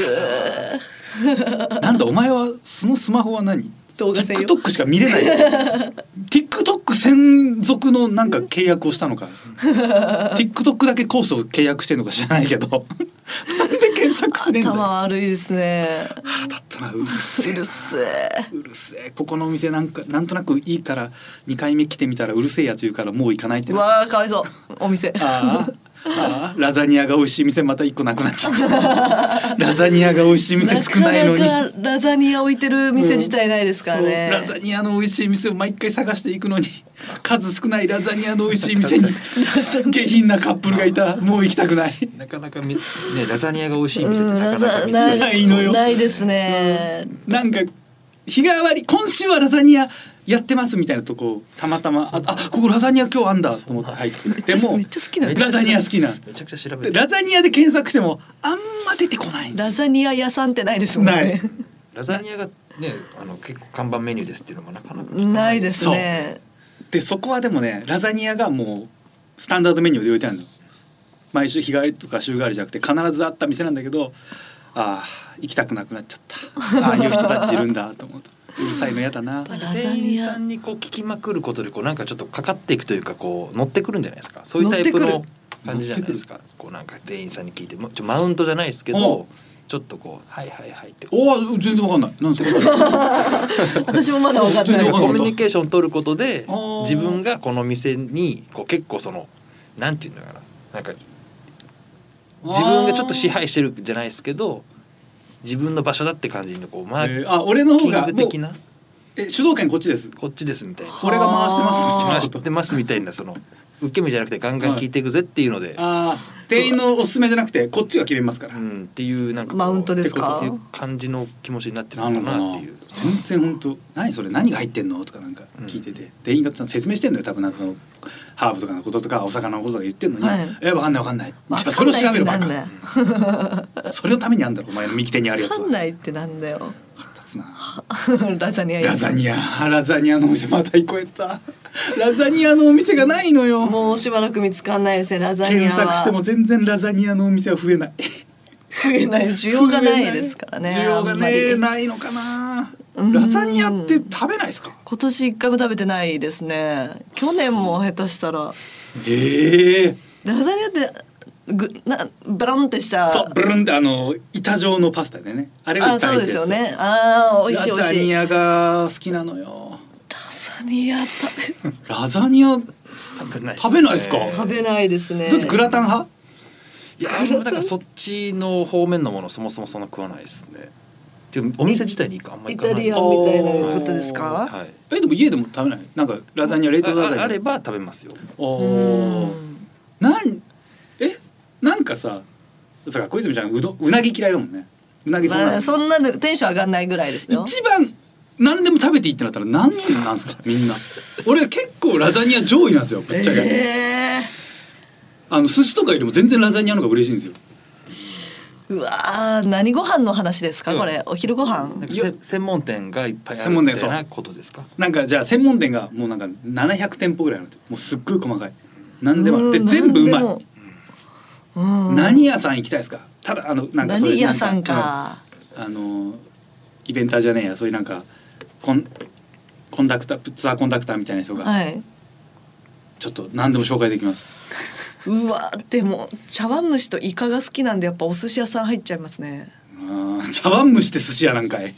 Speaker 3: なんだお前はそのスマホは何
Speaker 4: 動画専用
Speaker 3: TikTok しか見れない
Speaker 4: <laughs>
Speaker 3: TikTok 専属のなんか契約をした
Speaker 4: <laughs>
Speaker 3: のか TikTok だけコースを契約してんのか知らないけどなんで検索しねえんだよ
Speaker 4: 頭悪いですね。
Speaker 3: 腹立ったなうるせ
Speaker 4: う
Speaker 3: え
Speaker 4: るせえ。
Speaker 3: うるせえここのお店なんかなんとなくいいから2回目来てみたらうるせえやつ言うからもう行かないって
Speaker 4: う
Speaker 3: な
Speaker 4: わあ、かわいそう。お店。
Speaker 3: あーあーラザニアが美味しい店また1個なくなっちゃった
Speaker 4: <laughs>
Speaker 3: ラザニアが美味しい店少ないのに
Speaker 4: なかなかラザニア置いてる店自体ないですからね。
Speaker 3: そうラザニアの美味しい店を毎回探していくの
Speaker 4: <laughs>
Speaker 3: に数少ないラザニアの美味しい店に下品なカップルがい
Speaker 4: <laughs>
Speaker 3: たもう行きたくない
Speaker 5: なかなかみねラザニアが美味しい店って
Speaker 4: うん、
Speaker 5: な
Speaker 4: ラ
Speaker 5: かなか
Speaker 4: ザ
Speaker 5: 見つ
Speaker 4: な
Speaker 5: けない。
Speaker 3: ないのよ
Speaker 4: ないですね。
Speaker 3: なんか日替わり今週はラザニアやってますみたいなとこたまたまああここラザニア今日あんだと思って入ってきてでも
Speaker 4: めっちゃ好きなの
Speaker 3: ラザニア好きな
Speaker 5: めちゃくちゃ調べ
Speaker 3: で
Speaker 5: てる。
Speaker 3: ラザニアで検索してもあんま出てこないんで
Speaker 4: ラ
Speaker 3: す
Speaker 4: ザニア屋さんってないですもん
Speaker 3: ない
Speaker 4: ね。
Speaker 5: ラザニアがねあの結構看板メニューですっていうのもなかなか。
Speaker 4: ないですね。
Speaker 3: でそこはでもねラザニアがもうスタンダードメニューで置いてあるの毎週日替わりとか週替わりじゃなくて必ずあった店なんだけどああ行きたくなくなっちゃったああいう人たちいるんだと思うとうるさいの嫌だな
Speaker 5: なんか店員さんにこう聞きまくることでこうなんかちょっとかかっていくというかこう乗ってくるんじゃないですかそういうタイプ
Speaker 4: 乗っ
Speaker 5: の
Speaker 4: て
Speaker 5: 感じじゃないですかこうなんか店員さんに聞いてもちょマウントじゃないですけ
Speaker 3: おう
Speaker 5: どちょっとこう「はいはいはい」ってこ
Speaker 3: おお全然わかんないなんですか
Speaker 4: 私もまだ分かって
Speaker 5: う
Speaker 4: ない
Speaker 3: <laughs> お。
Speaker 5: コミュニケーション取ることで
Speaker 3: あー
Speaker 5: 自分がこの店にこう結構そのなんていうんだかななんか自分がちょっと支配してるじゃないですけど自分の場所だって感じのこうマ
Speaker 3: あー、
Speaker 5: ー
Speaker 3: えーあ俺の
Speaker 5: キ
Speaker 3: 方
Speaker 5: ン
Speaker 3: が
Speaker 5: グ
Speaker 3: もう
Speaker 5: 的な
Speaker 3: え主導権こっちです
Speaker 5: こっちですみたいな。
Speaker 3: 俺が回してますみたいな
Speaker 5: 回
Speaker 3: こ
Speaker 5: し
Speaker 3: と
Speaker 5: てますみたいなその受け身じゃなくてガンガン聞いていくぜっていうので、
Speaker 3: ああ店員のおすすめじゃなくてこっちが決めますから
Speaker 5: う、ん、っていうなんかこう
Speaker 4: マウントですか
Speaker 5: ってことっていう感じの気持ちになってる
Speaker 3: な
Speaker 5: のか
Speaker 3: のか
Speaker 5: な
Speaker 3: な
Speaker 5: っていう。
Speaker 3: 全然本当何それ何が入ってんのとかなんか聞いてて、店員がちゃんと説明してんのよ多分なんかそのハーブとかのこととかお魚のこととか言ってんのに「
Speaker 4: はい
Speaker 3: えわかんないわかんない」
Speaker 4: わ
Speaker 3: じゃあ
Speaker 4: か
Speaker 3: そ
Speaker 4: ん
Speaker 3: れを
Speaker 4: ない
Speaker 3: 調
Speaker 4: っ
Speaker 3: べ
Speaker 4: て
Speaker 3: る
Speaker 4: な
Speaker 3: ば
Speaker 4: んだよ
Speaker 3: か。それのためにあんだろお前の右手にある
Speaker 4: わ
Speaker 3: やつ
Speaker 4: か
Speaker 3: は
Speaker 4: んないってなんだよ。
Speaker 3: 腹立つな
Speaker 4: ラザニア屋
Speaker 3: ラ
Speaker 4: さ
Speaker 3: ザ
Speaker 4: ん。
Speaker 3: ニアラザニアのお店また行こえたラザニアのお店がないのよ
Speaker 4: もうしばらく見つかんないですね。ラザニ
Speaker 3: 検
Speaker 4: ア
Speaker 3: 索
Speaker 4: は。
Speaker 3: しても全然ラザニアのお店は増えない
Speaker 4: 増えない需要がないですから
Speaker 3: <laughs>
Speaker 4: ね。
Speaker 3: 需要がね
Speaker 4: あんまり
Speaker 3: ないのかな
Speaker 4: うん
Speaker 3: ラザニアって食べないですか
Speaker 4: 今年一回も食べてないですね。去年も下手したら
Speaker 3: ええ
Speaker 4: ラザニアってぐなブランってした。
Speaker 3: そうブルンってあの板状のパスタでねあれが
Speaker 4: あ、
Speaker 3: 板
Speaker 4: そ
Speaker 3: 入
Speaker 4: う
Speaker 3: っ
Speaker 4: で
Speaker 3: て
Speaker 4: す
Speaker 3: るやつ
Speaker 4: よね。ああ、美味しい
Speaker 3: ラ
Speaker 4: 美
Speaker 3: ザ
Speaker 4: 味しい。
Speaker 3: ニ
Speaker 4: ラ
Speaker 3: アが好きなのよ
Speaker 4: ザニア食べ
Speaker 3: ラザニア
Speaker 5: 食べない
Speaker 3: 食べないっすか
Speaker 4: 食べないですね。
Speaker 3: だってグラタン派
Speaker 5: いや俺もだからそっちの方面のものそもそもそんな食わないですね。でもお店自体にあんま
Speaker 4: イ
Speaker 5: 行
Speaker 4: タ
Speaker 5: かない。
Speaker 4: リアンみたいなことですか？
Speaker 5: はい。
Speaker 3: えでも家でも食べないなんかラザニア冷凍ラザニ
Speaker 5: あ
Speaker 3: ア
Speaker 5: あれば食べますよ。
Speaker 3: お
Speaker 4: う
Speaker 3: ー
Speaker 4: ん
Speaker 3: なんえなんかさそうか小泉ちゃんうどうなぎ嫌いだもんねうなぎそうな
Speaker 4: ま
Speaker 3: の
Speaker 4: あ、そんなでテンション上がんないぐらいですよ。
Speaker 3: 一番何でも食べていいってなったら何なんなんですかみんな俺結構ラザニア上位なんですよぶっちゃけ、
Speaker 4: え
Speaker 3: あの寿司とかよりも全然ラザニアの方が嬉しいんですよ
Speaker 4: ー、うわー何ご飯の話ですか、
Speaker 5: うん
Speaker 4: これお昼ご飯
Speaker 5: なんかせ専門店がいっぱいあ
Speaker 3: 専
Speaker 5: る
Speaker 3: 門
Speaker 5: み
Speaker 3: 店
Speaker 5: たい
Speaker 3: そ
Speaker 5: な
Speaker 3: う
Speaker 5: ことですか
Speaker 3: なんかじゃあ専門店がもうなんか700店舗ぐらいあるんですよもうすっごい細かい何でもあって
Speaker 4: うん
Speaker 3: 全部うまい
Speaker 4: 何でもうん
Speaker 3: 何屋さん行きたいですかただあのなんかそういう
Speaker 4: 何屋さん
Speaker 3: なん
Speaker 4: か
Speaker 3: あのイベンターじゃねえやそういうなんかコンコンダクターツアーコンダクターみたいな人が
Speaker 4: はい
Speaker 3: ちょっと何でも紹介できます、
Speaker 4: うわでも茶碗蒸しとイカが好きなんでやっぱお寿司屋さん入っちゃいますね
Speaker 3: あー茶碗蒸しって寿司屋なん
Speaker 4: <laughs>
Speaker 3: かい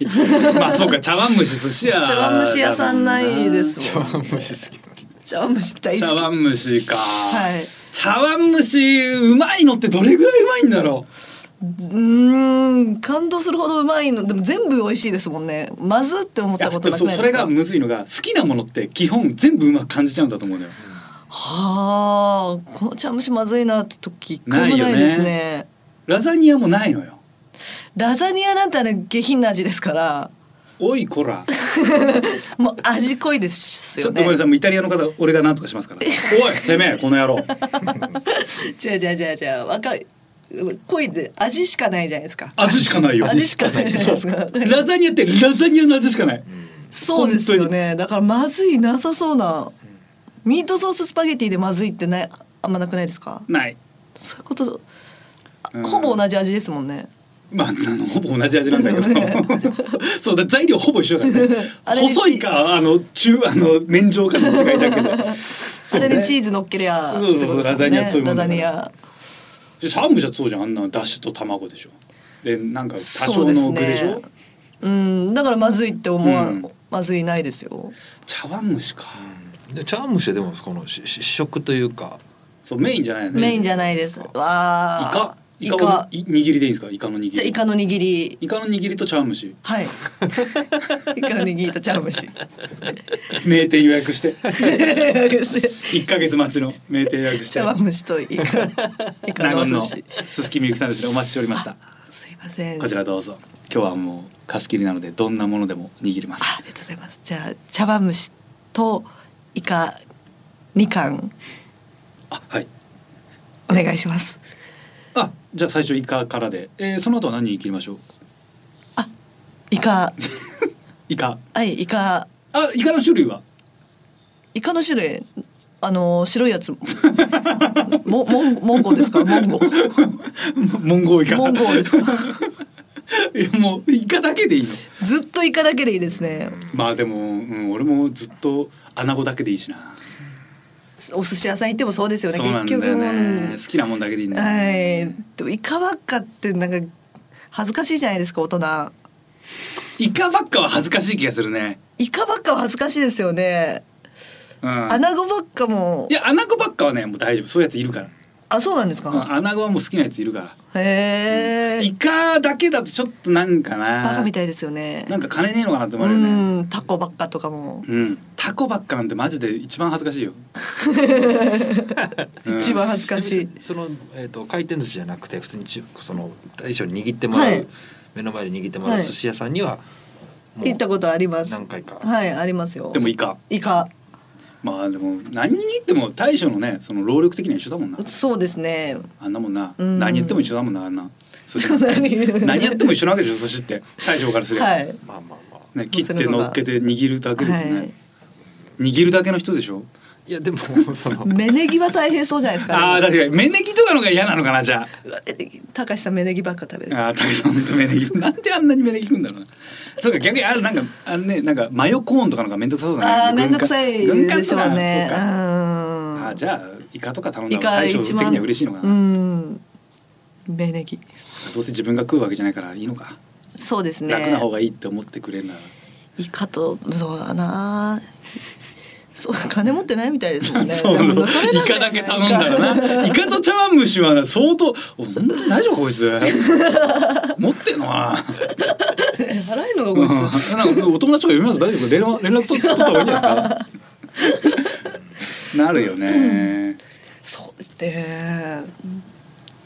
Speaker 3: まあそうか茶碗蒸し寿司屋
Speaker 4: 茶碗蒸し屋さんないですもん
Speaker 5: 蒸し好き
Speaker 4: 茶碗蒸し大
Speaker 3: 茶
Speaker 4: 好き
Speaker 3: 碗蒸しか、
Speaker 4: はい
Speaker 3: 茶碗蒸しうまいのってどれぐらいうまいんだろ
Speaker 4: うーん感動するほどうまいのでも全部美味しいですもんねまずって思
Speaker 3: う
Speaker 4: っ
Speaker 3: いや
Speaker 4: たことなくない
Speaker 3: そう
Speaker 4: ですか
Speaker 3: それがむずいのが好きなものって基本全部うまく感じちゃうんだと思うのよ
Speaker 4: はあこの茶碗蒸しまずいなって時一
Speaker 3: な
Speaker 4: 回
Speaker 3: い
Speaker 4: も
Speaker 3: よ
Speaker 4: な
Speaker 3: ね
Speaker 4: いですね
Speaker 3: ラザニアもないのよ
Speaker 4: ラザニアなんてあれ下品な味ですから
Speaker 3: おいこら
Speaker 4: もう味濃いです
Speaker 3: ちょ
Speaker 4: よ
Speaker 3: っとごめんな
Speaker 4: ね
Speaker 3: さいもうイタリアの方俺が何とかし
Speaker 4: <laughs>
Speaker 3: ますからおいてめえこの野郎
Speaker 4: 違う違う違う違うわかる濃いで味しかないじゃないですか
Speaker 3: 味しかないよ
Speaker 4: 味しかないじゃない
Speaker 3: そ
Speaker 4: ですか
Speaker 3: うラザニアってラザニアの味しかない
Speaker 4: そうですよねだからまずいなさそうなミートソーススパゲティでまずいってないあんまなくないですか
Speaker 3: ない
Speaker 4: そういうことあ
Speaker 3: うん
Speaker 4: ほぼ同じ味ですもんね
Speaker 3: まああのほぼ同じ味なんだけど
Speaker 4: <laughs>
Speaker 3: そうだ材料ほぼ一緒だからね
Speaker 4: あれに
Speaker 3: 細いかあの中あの麺状かの違いだけ
Speaker 4: <laughs>
Speaker 3: ど
Speaker 4: それにチーズ乗っけりゃ
Speaker 3: そうそうそう
Speaker 4: って
Speaker 3: ラ
Speaker 4: ことですよね
Speaker 3: ザニアそういうもんだ
Speaker 4: ラ
Speaker 3: か
Speaker 4: ザ
Speaker 3: ら
Speaker 4: ニア
Speaker 3: でシャムじゃそうじゃんあんなのだしと卵でしょでなんか多
Speaker 4: そ
Speaker 3: 少
Speaker 4: うです
Speaker 3: の
Speaker 4: ね
Speaker 3: 具でしょ
Speaker 4: うんだからまずいって思
Speaker 3: う
Speaker 4: わ、
Speaker 3: ん
Speaker 4: まずいないですよ
Speaker 3: 茶碗蒸しか
Speaker 5: で茶碗蒸しはでもこのしし試食というか
Speaker 3: そうメインじゃないよね
Speaker 4: メイン
Speaker 3: イ
Speaker 4: じゃないですわ
Speaker 3: カ
Speaker 4: あ
Speaker 3: イカをい握りでいいですかイカの握り
Speaker 4: じゃあイカの握り
Speaker 3: イカの握りと茶碗蒸し
Speaker 4: はい
Speaker 3: <laughs>
Speaker 4: イカの握りと茶碗蒸し
Speaker 3: 名店予約
Speaker 4: <laughs>
Speaker 3: して
Speaker 4: 茶
Speaker 3: 一ヶ月待ちの名店予約して
Speaker 4: 碗蒸しとイカイカ
Speaker 3: 納言
Speaker 4: のお寿
Speaker 3: の
Speaker 4: 司
Speaker 3: 鈴木みゆきさんですねお待ちしておりました
Speaker 4: すいません
Speaker 3: こちらどうぞ今日はもう貸し切りなのでどんなものでも握ります
Speaker 4: あありがとうございます。じゃあ茶碗蒸しとイカ二貫
Speaker 3: あはい
Speaker 4: お願いします。
Speaker 3: あじゃあ最初イカからで、えー、その後は何握りましょう
Speaker 4: イカ
Speaker 3: イカ
Speaker 4: はいイカ
Speaker 3: あイカの種類は <laughs>
Speaker 4: イカの種類あの白いやつもモンモンゴですかモンゴ
Speaker 3: モンゴーイカ
Speaker 4: モンゴですか。
Speaker 3: <laughs> いやもうイカだけでいいの
Speaker 4: ずっとイカだけでいいですね。
Speaker 3: まあでも、うん、俺もずっとアナゴだけでいいしな
Speaker 4: お寿司屋さん行ってもそうですよね。
Speaker 3: そうなんだ
Speaker 4: 結
Speaker 3: よ
Speaker 4: 局も
Speaker 3: ね好
Speaker 4: う
Speaker 3: きなもんだけでいいんだよ
Speaker 4: はい
Speaker 3: ね、。
Speaker 4: でもイカばっかってなんか恥ずかしいじゃないですか大人。
Speaker 3: イカばっかは恥ずかしい気がするね
Speaker 4: イカばっかは恥ずかしいですよね。
Speaker 3: うん
Speaker 4: アナゴばっかも
Speaker 3: いやアナゴばっかはねもう大丈夫そういうやついるから
Speaker 4: あそうなんですか。
Speaker 3: うんアナゴはもう好きなやついるか
Speaker 4: へ
Speaker 3: ら
Speaker 4: え
Speaker 3: イ。カだけだとちょっとなんかな
Speaker 4: バカみたいですよね。
Speaker 3: なんか金ねえのかなって思
Speaker 4: う
Speaker 3: われるね
Speaker 4: ん、タコばっかとかも、
Speaker 3: うんタコばっかなんてマジで一番恥ずかし
Speaker 4: <laughs>
Speaker 3: いよ、うん
Speaker 4: 一番恥ずかしい。
Speaker 5: その、えー、と回転寿司じゃなくて普通にちゅその大将に握ってもらう、
Speaker 4: はい
Speaker 5: 目の前で握ってもらう
Speaker 4: はい
Speaker 5: 寿司屋さんには、もう
Speaker 4: 行ったことあります。
Speaker 5: 何回か
Speaker 4: はい、ありますよ。
Speaker 3: でもイカ
Speaker 4: イカ、
Speaker 3: まあでも何に言っても大将のねその労力的には一緒だもんな
Speaker 4: そうですね。
Speaker 3: あんなもんな、
Speaker 4: うん
Speaker 3: 何言っても一緒だもんなあんな寿司なんて
Speaker 4: <laughs> 何
Speaker 3: 何やっても一緒なわけでしょ寿司って大将からすれば、
Speaker 4: はい。
Speaker 5: まあまあまあ
Speaker 3: ね、切って乗っけて握るだけですね、
Speaker 4: はい
Speaker 3: 握るだけの人でしょ
Speaker 5: いや
Speaker 3: <laughs>
Speaker 5: でもその
Speaker 4: 芽ネギは大変そうじゃないですか。
Speaker 3: あー確かに芽ネギとかのが嫌なのかなじゃあ
Speaker 4: たかしさん芽ネギばっか食べる。
Speaker 3: あーたくさん本当芽ネギなんであんなに芽ネギ食うんだろうなそうか逆にあれなんかあのねなんかマヨコーンとかなんか面倒くさそうだね
Speaker 4: ああ、めんどくさい
Speaker 3: 軍艦
Speaker 4: で
Speaker 3: と
Speaker 4: しょ
Speaker 3: か
Speaker 4: うね。
Speaker 3: そうかあ
Speaker 4: あ
Speaker 3: ーじゃあイカとか頼んだ
Speaker 4: イ
Speaker 3: ら
Speaker 4: カ
Speaker 3: 大将的
Speaker 4: 一番
Speaker 3: には嬉しいのかな、
Speaker 4: うん。芽ネギ。
Speaker 3: どうせ自分が食うわけじゃないからいいのか、
Speaker 4: そうですね。
Speaker 3: 楽な方がいいって思ってくれるなら
Speaker 4: イカとそうだなそう金持ってないみたいですもん
Speaker 3: <laughs>
Speaker 4: ね
Speaker 3: そう
Speaker 4: でも
Speaker 3: イ
Speaker 4: れなんよ
Speaker 3: カだけ頼んだらなイカと茶碗蒸しはな相当「お本当に大丈夫こい
Speaker 4: <laughs>
Speaker 3: つ持ってんのか
Speaker 4: 払えん
Speaker 3: な
Speaker 4: のが
Speaker 3: う
Speaker 4: こい
Speaker 3: んなん
Speaker 4: つ
Speaker 3: かお友達とか呼びます大丈夫電話連絡取取った方がいいんじゃないですかなるよね、
Speaker 4: そうって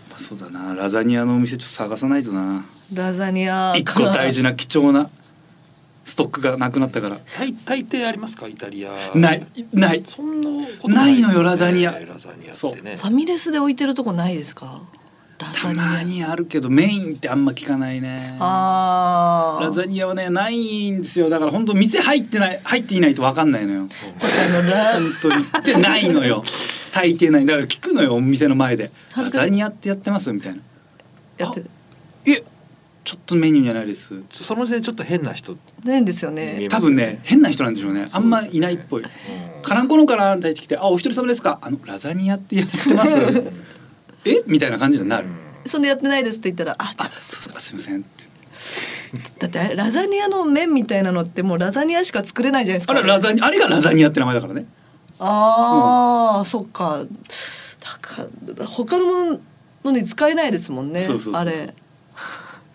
Speaker 3: まあそうだなラザニアのお店ちょっと探さないとな
Speaker 4: ラザニア
Speaker 3: 一個大事な貴重なストックがなくなったから
Speaker 5: 大大抵ありますかイタリア
Speaker 3: ないない
Speaker 5: そんなこと
Speaker 3: ないのよ
Speaker 5: ですね
Speaker 3: ラザニア
Speaker 5: ラザニアってね
Speaker 4: ファミレスで置いてるとこないですかラ
Speaker 3: た
Speaker 4: ザニア
Speaker 3: まにあるけどメインってあんま聞かないね
Speaker 4: あ
Speaker 3: ラ
Speaker 4: ー
Speaker 3: ザニアはねないんですよだから本当店入ってない入っていないと分かんないのよ
Speaker 4: あのラ
Speaker 3: 本当にでないのよ大抵ないだから聞くのよお店の前で「ラ
Speaker 4: 恥ずかしい
Speaker 3: ザニアってやってます?」みたいな
Speaker 4: やって
Speaker 3: 「えちょっとメニューじゃないです
Speaker 5: その時点でちょっと変な人って
Speaker 4: ないんですよ
Speaker 5: 見え
Speaker 4: ね
Speaker 5: ま
Speaker 3: 多分ね変な人なんでしょうねあんまいないっぽい「カランコロンかな?」って入ってきて「あお一人様ですかあのラザニアってやってますえみたいな感じになる、
Speaker 4: そんでやってないですって言ったらあじゃ
Speaker 3: あそうかすいませんって
Speaker 4: あだってラザニアの麺みたいなのってもうラザニアしか作れないじゃないです
Speaker 3: あ
Speaker 4: か
Speaker 3: れラザニアあれがラザニアって名前だからね
Speaker 4: あー、そっかだから他のものに使えないですもんね
Speaker 3: そうそうそうそう
Speaker 4: あれ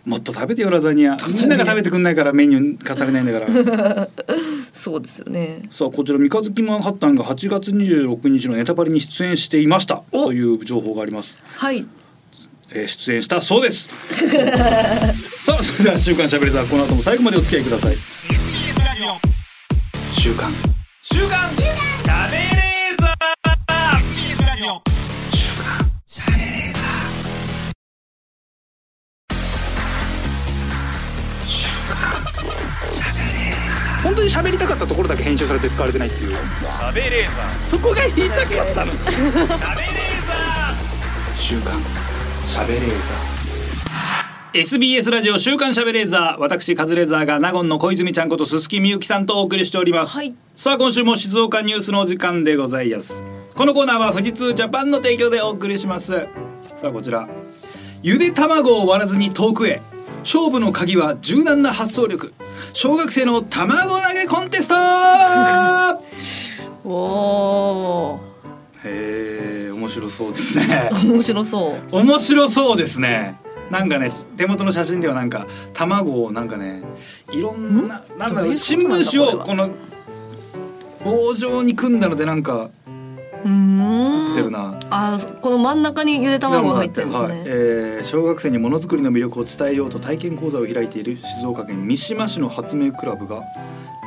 Speaker 3: もっと食べてよラザニア
Speaker 4: ニア
Speaker 3: みんなが食べてくんないからメニュー化されないんだから
Speaker 4: そうですよね
Speaker 3: さあこちら三日月マンハッタンが8月26日のネタパリに出演していました
Speaker 4: お
Speaker 3: という情報があります、
Speaker 4: はい
Speaker 3: えー出演したそうです <laughs> さあそれでは週刊しゃべれたこの後も最後までお付き合いください
Speaker 1: 週刊
Speaker 2: 週刊週刊食べレーザーラジオ
Speaker 1: 本当に喋りたかったところだけ編集されて使われてないっていう
Speaker 2: 食べレーザ
Speaker 1: そこが言いたかったの
Speaker 2: ー食べレーザー
Speaker 1: 週刊喋れーザ
Speaker 3: SBS ラジオ週刊しゃべれーザー私カズレーザーが納言の小泉ちゃんこと鈴木みゆきさんとお送りしております、
Speaker 4: はい
Speaker 3: さあ今週も静岡ニュースのお時間でございますこのコーナーは富士通ジャパンの提供でお送りしますさあこちらゆで卵を割らずに遠くへ勝負の鍵は柔軟な発想力小学生の卵投げコンテスト <laughs>
Speaker 4: おお
Speaker 3: へえ面白そうです
Speaker 4: <laughs>
Speaker 3: ね
Speaker 4: ー面白そう
Speaker 3: 面白そうですねなんかね手元の写真ではなんか卵をなんかねいろんななんだ
Speaker 4: ど
Speaker 3: ろう
Speaker 4: ういうことなんだ
Speaker 3: 新聞紙を
Speaker 4: こ
Speaker 3: この棒状に組んだのでなんか
Speaker 4: うーん
Speaker 3: 作ってるな
Speaker 4: あーこの真ん中にゆで卵が入ってるんです
Speaker 3: はい
Speaker 4: ね、
Speaker 3: えー小学生にものづくりの魅力を伝えようと体験講座を開いている静岡県三島市の発明クラブが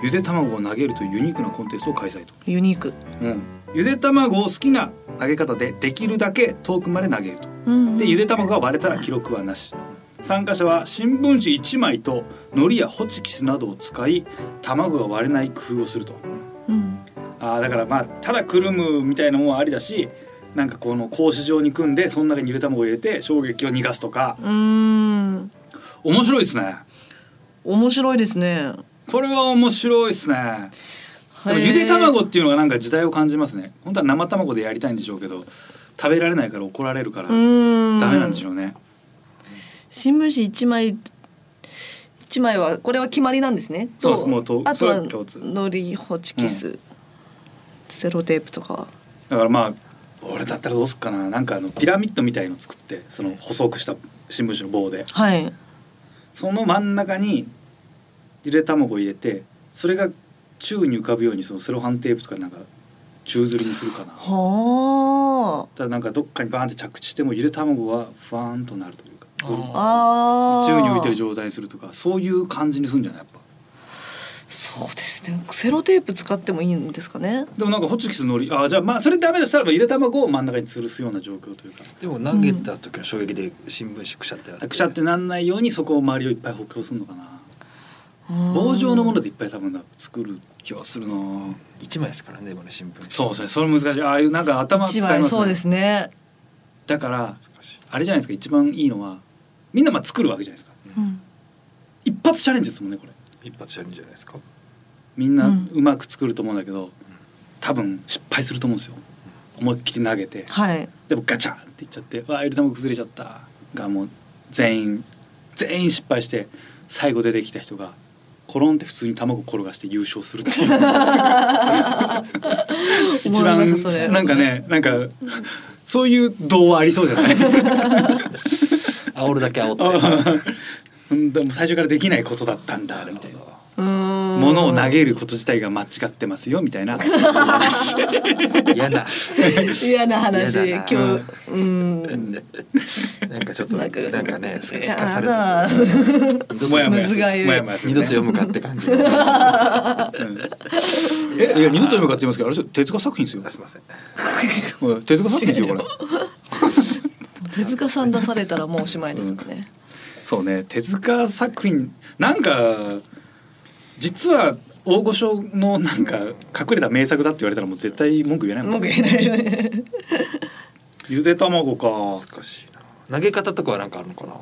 Speaker 3: ゆで卵を投げるというユニークなコンテストを開催と、
Speaker 4: ユニーク、
Speaker 3: うん、ゆで卵を好きな投げ方でできるだけ遠くまで投げると
Speaker 4: うん
Speaker 3: でゆで卵が割れたら記録はなし参加者は新聞紙1枚と海苔やホチキスなどを使い卵が割れない工夫をすると
Speaker 4: うん
Speaker 3: あーだからまあただくるむみたいなもんはありだしなんかこの格子状に組んでその中にゆで卵を入れて衝撃を逃がすとか
Speaker 4: うーん
Speaker 3: 面白いですね
Speaker 4: 面白いですね
Speaker 3: これは面白いですねでもゆで卵っていうのがなんか時代を感じますね本当は生卵でやりたいんでしょうけど食べられないから怒られるから
Speaker 4: う
Speaker 3: ダ
Speaker 4: ーん
Speaker 3: メなんでしょうね
Speaker 4: 新聞紙一枚一枚はこれは決まりなんですね
Speaker 3: そう
Speaker 4: と
Speaker 3: ですもうと
Speaker 4: あと
Speaker 3: そ
Speaker 4: は
Speaker 3: れは共通
Speaker 4: 海苔ホチキス、セロテープとか
Speaker 3: だからまあ俺だったらどうすっかななんかあのピラミッドみたいの作ってその細くした新聞紙の棒で
Speaker 4: はい
Speaker 3: その真ん中にゆで卵入れてそれが宙に浮かぶようにそのセロハンテープとかなんか宙づりにするかな
Speaker 4: は
Speaker 3: ただなんかどっかにバーンって着地してもゆで卵はふわーんとなるというか
Speaker 4: ああー
Speaker 3: 宙に浮いてる状態にするとかそういう感じにするんじゃないやっぱ
Speaker 4: そうですねセロテープ使ってもいいんですかね
Speaker 3: でもなんかホチキスのりあーじゃあまあそれダメだとしたらばゆで卵を真ん中に吊るすような状況というか
Speaker 5: でも投げた時の衝撃で新聞紙くしゃってなって
Speaker 3: くしゃってなんないようにそこを周りをいっぱい補強するのかな棒
Speaker 4: 棒
Speaker 3: 状のものでいっぱい多分な作る気はするな
Speaker 5: 一枚ですからねでもね新聞紙
Speaker 3: そうそれそれ難しいああいうなんか頭使い
Speaker 4: 一
Speaker 3: ます,、
Speaker 4: 枚
Speaker 3: ね、
Speaker 4: そうですね、
Speaker 3: だから
Speaker 5: 難しい
Speaker 3: あれじゃないですか一番いいのはみんなまあ作るわけじゃないですか
Speaker 4: うん
Speaker 3: 一発チャレンジですもんねこれ
Speaker 5: 一発やるんじゃないですか
Speaker 3: みんな
Speaker 4: うん
Speaker 3: うまく作ると思うんだけど、多分失敗すると思うんですよ思いっきり投げて
Speaker 4: はい
Speaker 3: でもガチャンっていっちゃってわあゆで卵崩れちゃったがもう全員全員失敗して最後出てきた人がコロンって普通に卵転がして優勝するって
Speaker 4: <laughs>
Speaker 3: いう <laughs> 一
Speaker 4: おもろ
Speaker 3: 番
Speaker 4: いなそれ
Speaker 3: なんかねなんかそういう童話ありそうじゃない
Speaker 5: 煽るだけ煽って
Speaker 3: <laughs> うんでも最初からできないことだったんだみたいな
Speaker 4: も
Speaker 3: 物を投げること自体が間違ってますよみたい <laughs> な
Speaker 5: 嫌だ
Speaker 4: 嫌な話
Speaker 5: 嫌だ
Speaker 4: 今
Speaker 5: な
Speaker 4: 日うん
Speaker 5: なんかちょっと
Speaker 4: な
Speaker 5: なんん
Speaker 4: か
Speaker 5: かね透かさ
Speaker 4: や
Speaker 5: れた
Speaker 4: だ
Speaker 3: もやもや
Speaker 4: む
Speaker 3: す
Speaker 4: ず
Speaker 3: る
Speaker 4: がゆい
Speaker 3: もやもやする
Speaker 5: 二
Speaker 3: ね
Speaker 5: 度と読むかって感じす
Speaker 3: うんえいや二度と読むかって言いますけどあれですよ手塚作品ですよ
Speaker 5: いません
Speaker 3: うん手塚作品ですよこれ
Speaker 4: 手塚さん出されたらもうおしまいですかね
Speaker 3: そうね手塚作品なんか実は大御所のなんか隠れた名作だって言われたらもう絶対文句言え <laughs> ないも
Speaker 4: 文
Speaker 3: ん
Speaker 4: 句言えないよ
Speaker 3: <laughs>
Speaker 4: ね
Speaker 3: ゆで卵か
Speaker 5: 難しいな投げ方とかはなんかあるのかな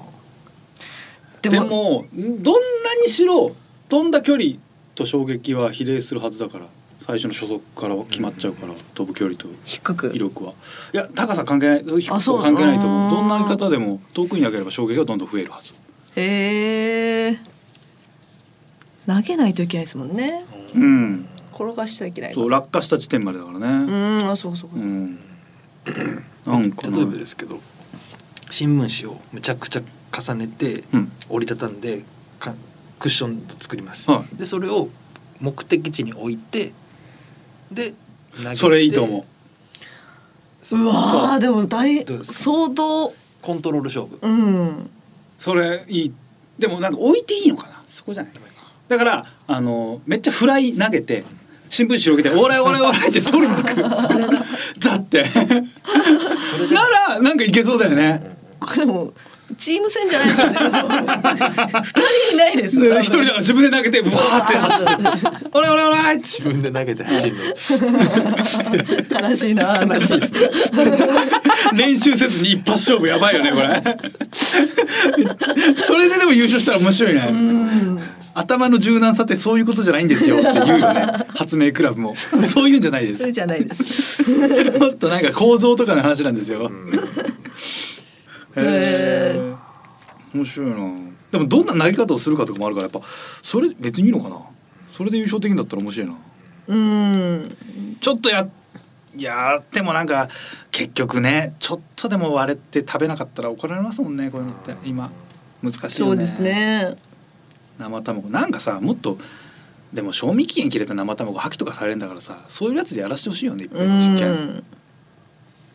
Speaker 4: で
Speaker 3: で
Speaker 4: も
Speaker 3: もどんなにしろ飛んだ距離と衝撃は比例するはずだから最初の初速から決まっちゃうから、飛ぶ距離と
Speaker 4: 低く
Speaker 3: 威力はいや高さ関係ない低
Speaker 4: あ
Speaker 3: く
Speaker 4: そ
Speaker 3: と
Speaker 4: う
Speaker 3: 関係ないと思
Speaker 4: う
Speaker 3: うんどんな言い方でも遠くに投げれば衝撃がどんどん増えるはず
Speaker 4: へえ投げないといけないですもんね
Speaker 3: うん
Speaker 4: 転がしちゃいけない
Speaker 3: そう落下した地点までだから
Speaker 4: う
Speaker 3: ね
Speaker 4: んあそうそう
Speaker 3: う、
Speaker 4: そうん
Speaker 3: なんかな
Speaker 5: 例えばですけど新聞紙をむちゃくちゃ重ねて
Speaker 3: うん
Speaker 5: 折りたたんでかクッションを作ります、
Speaker 3: は
Speaker 5: でそれを目的地に置いてで投げて
Speaker 3: それいいと思う
Speaker 4: うわ
Speaker 5: そ
Speaker 4: ーでも大
Speaker 5: どうですか
Speaker 4: 相当
Speaker 5: コントロール勝負
Speaker 4: うん
Speaker 3: それいいでもなんか置いていいのかなそこじゃないだからあのめっちゃフライ投げて新聞紙広げて「おらいおらいおらい」って取りに行くそれだって
Speaker 5: それじゃ
Speaker 3: ならなんかいけそうだよね
Speaker 4: これもうチーム戦じゃないですよね二人いないですよ
Speaker 3: で
Speaker 4: 多分
Speaker 3: 一人だから自分で投げてブワーって走って「おらいおらいおらい」って
Speaker 5: 自分で投げて <laughs> 走るの
Speaker 4: 悲しいな悲しいですね
Speaker 3: 練習せずに一発勝負やばいよねこれそれででも優勝したら面白いね頭の柔軟さってそういうことじゃないんですよって言うよね発明クラブもそういうんじゃないで
Speaker 4: それ
Speaker 3: す
Speaker 4: じゃないです
Speaker 3: <laughs> もっとなんか構造とかの話なんですよ。
Speaker 4: へ
Speaker 3: え。面白いな。でもどんな投げ方をするかとかもあるからやっぱそれ別にいいのかな。それで優勝できるんだったら面白いな。
Speaker 4: うん
Speaker 3: ちょっとややってもなんか結局ねちょっとでも割れて食べなかったら怒られますもんねこういうのって今難しい
Speaker 4: そ
Speaker 3: よね。
Speaker 4: うです。ね
Speaker 3: 生卵なんかさもっとでも賞味期限切れた生卵破棄とかされるんだからさそういうやつでやらしてほしいよねいっぱ
Speaker 4: う
Speaker 3: い実験。
Speaker 4: ん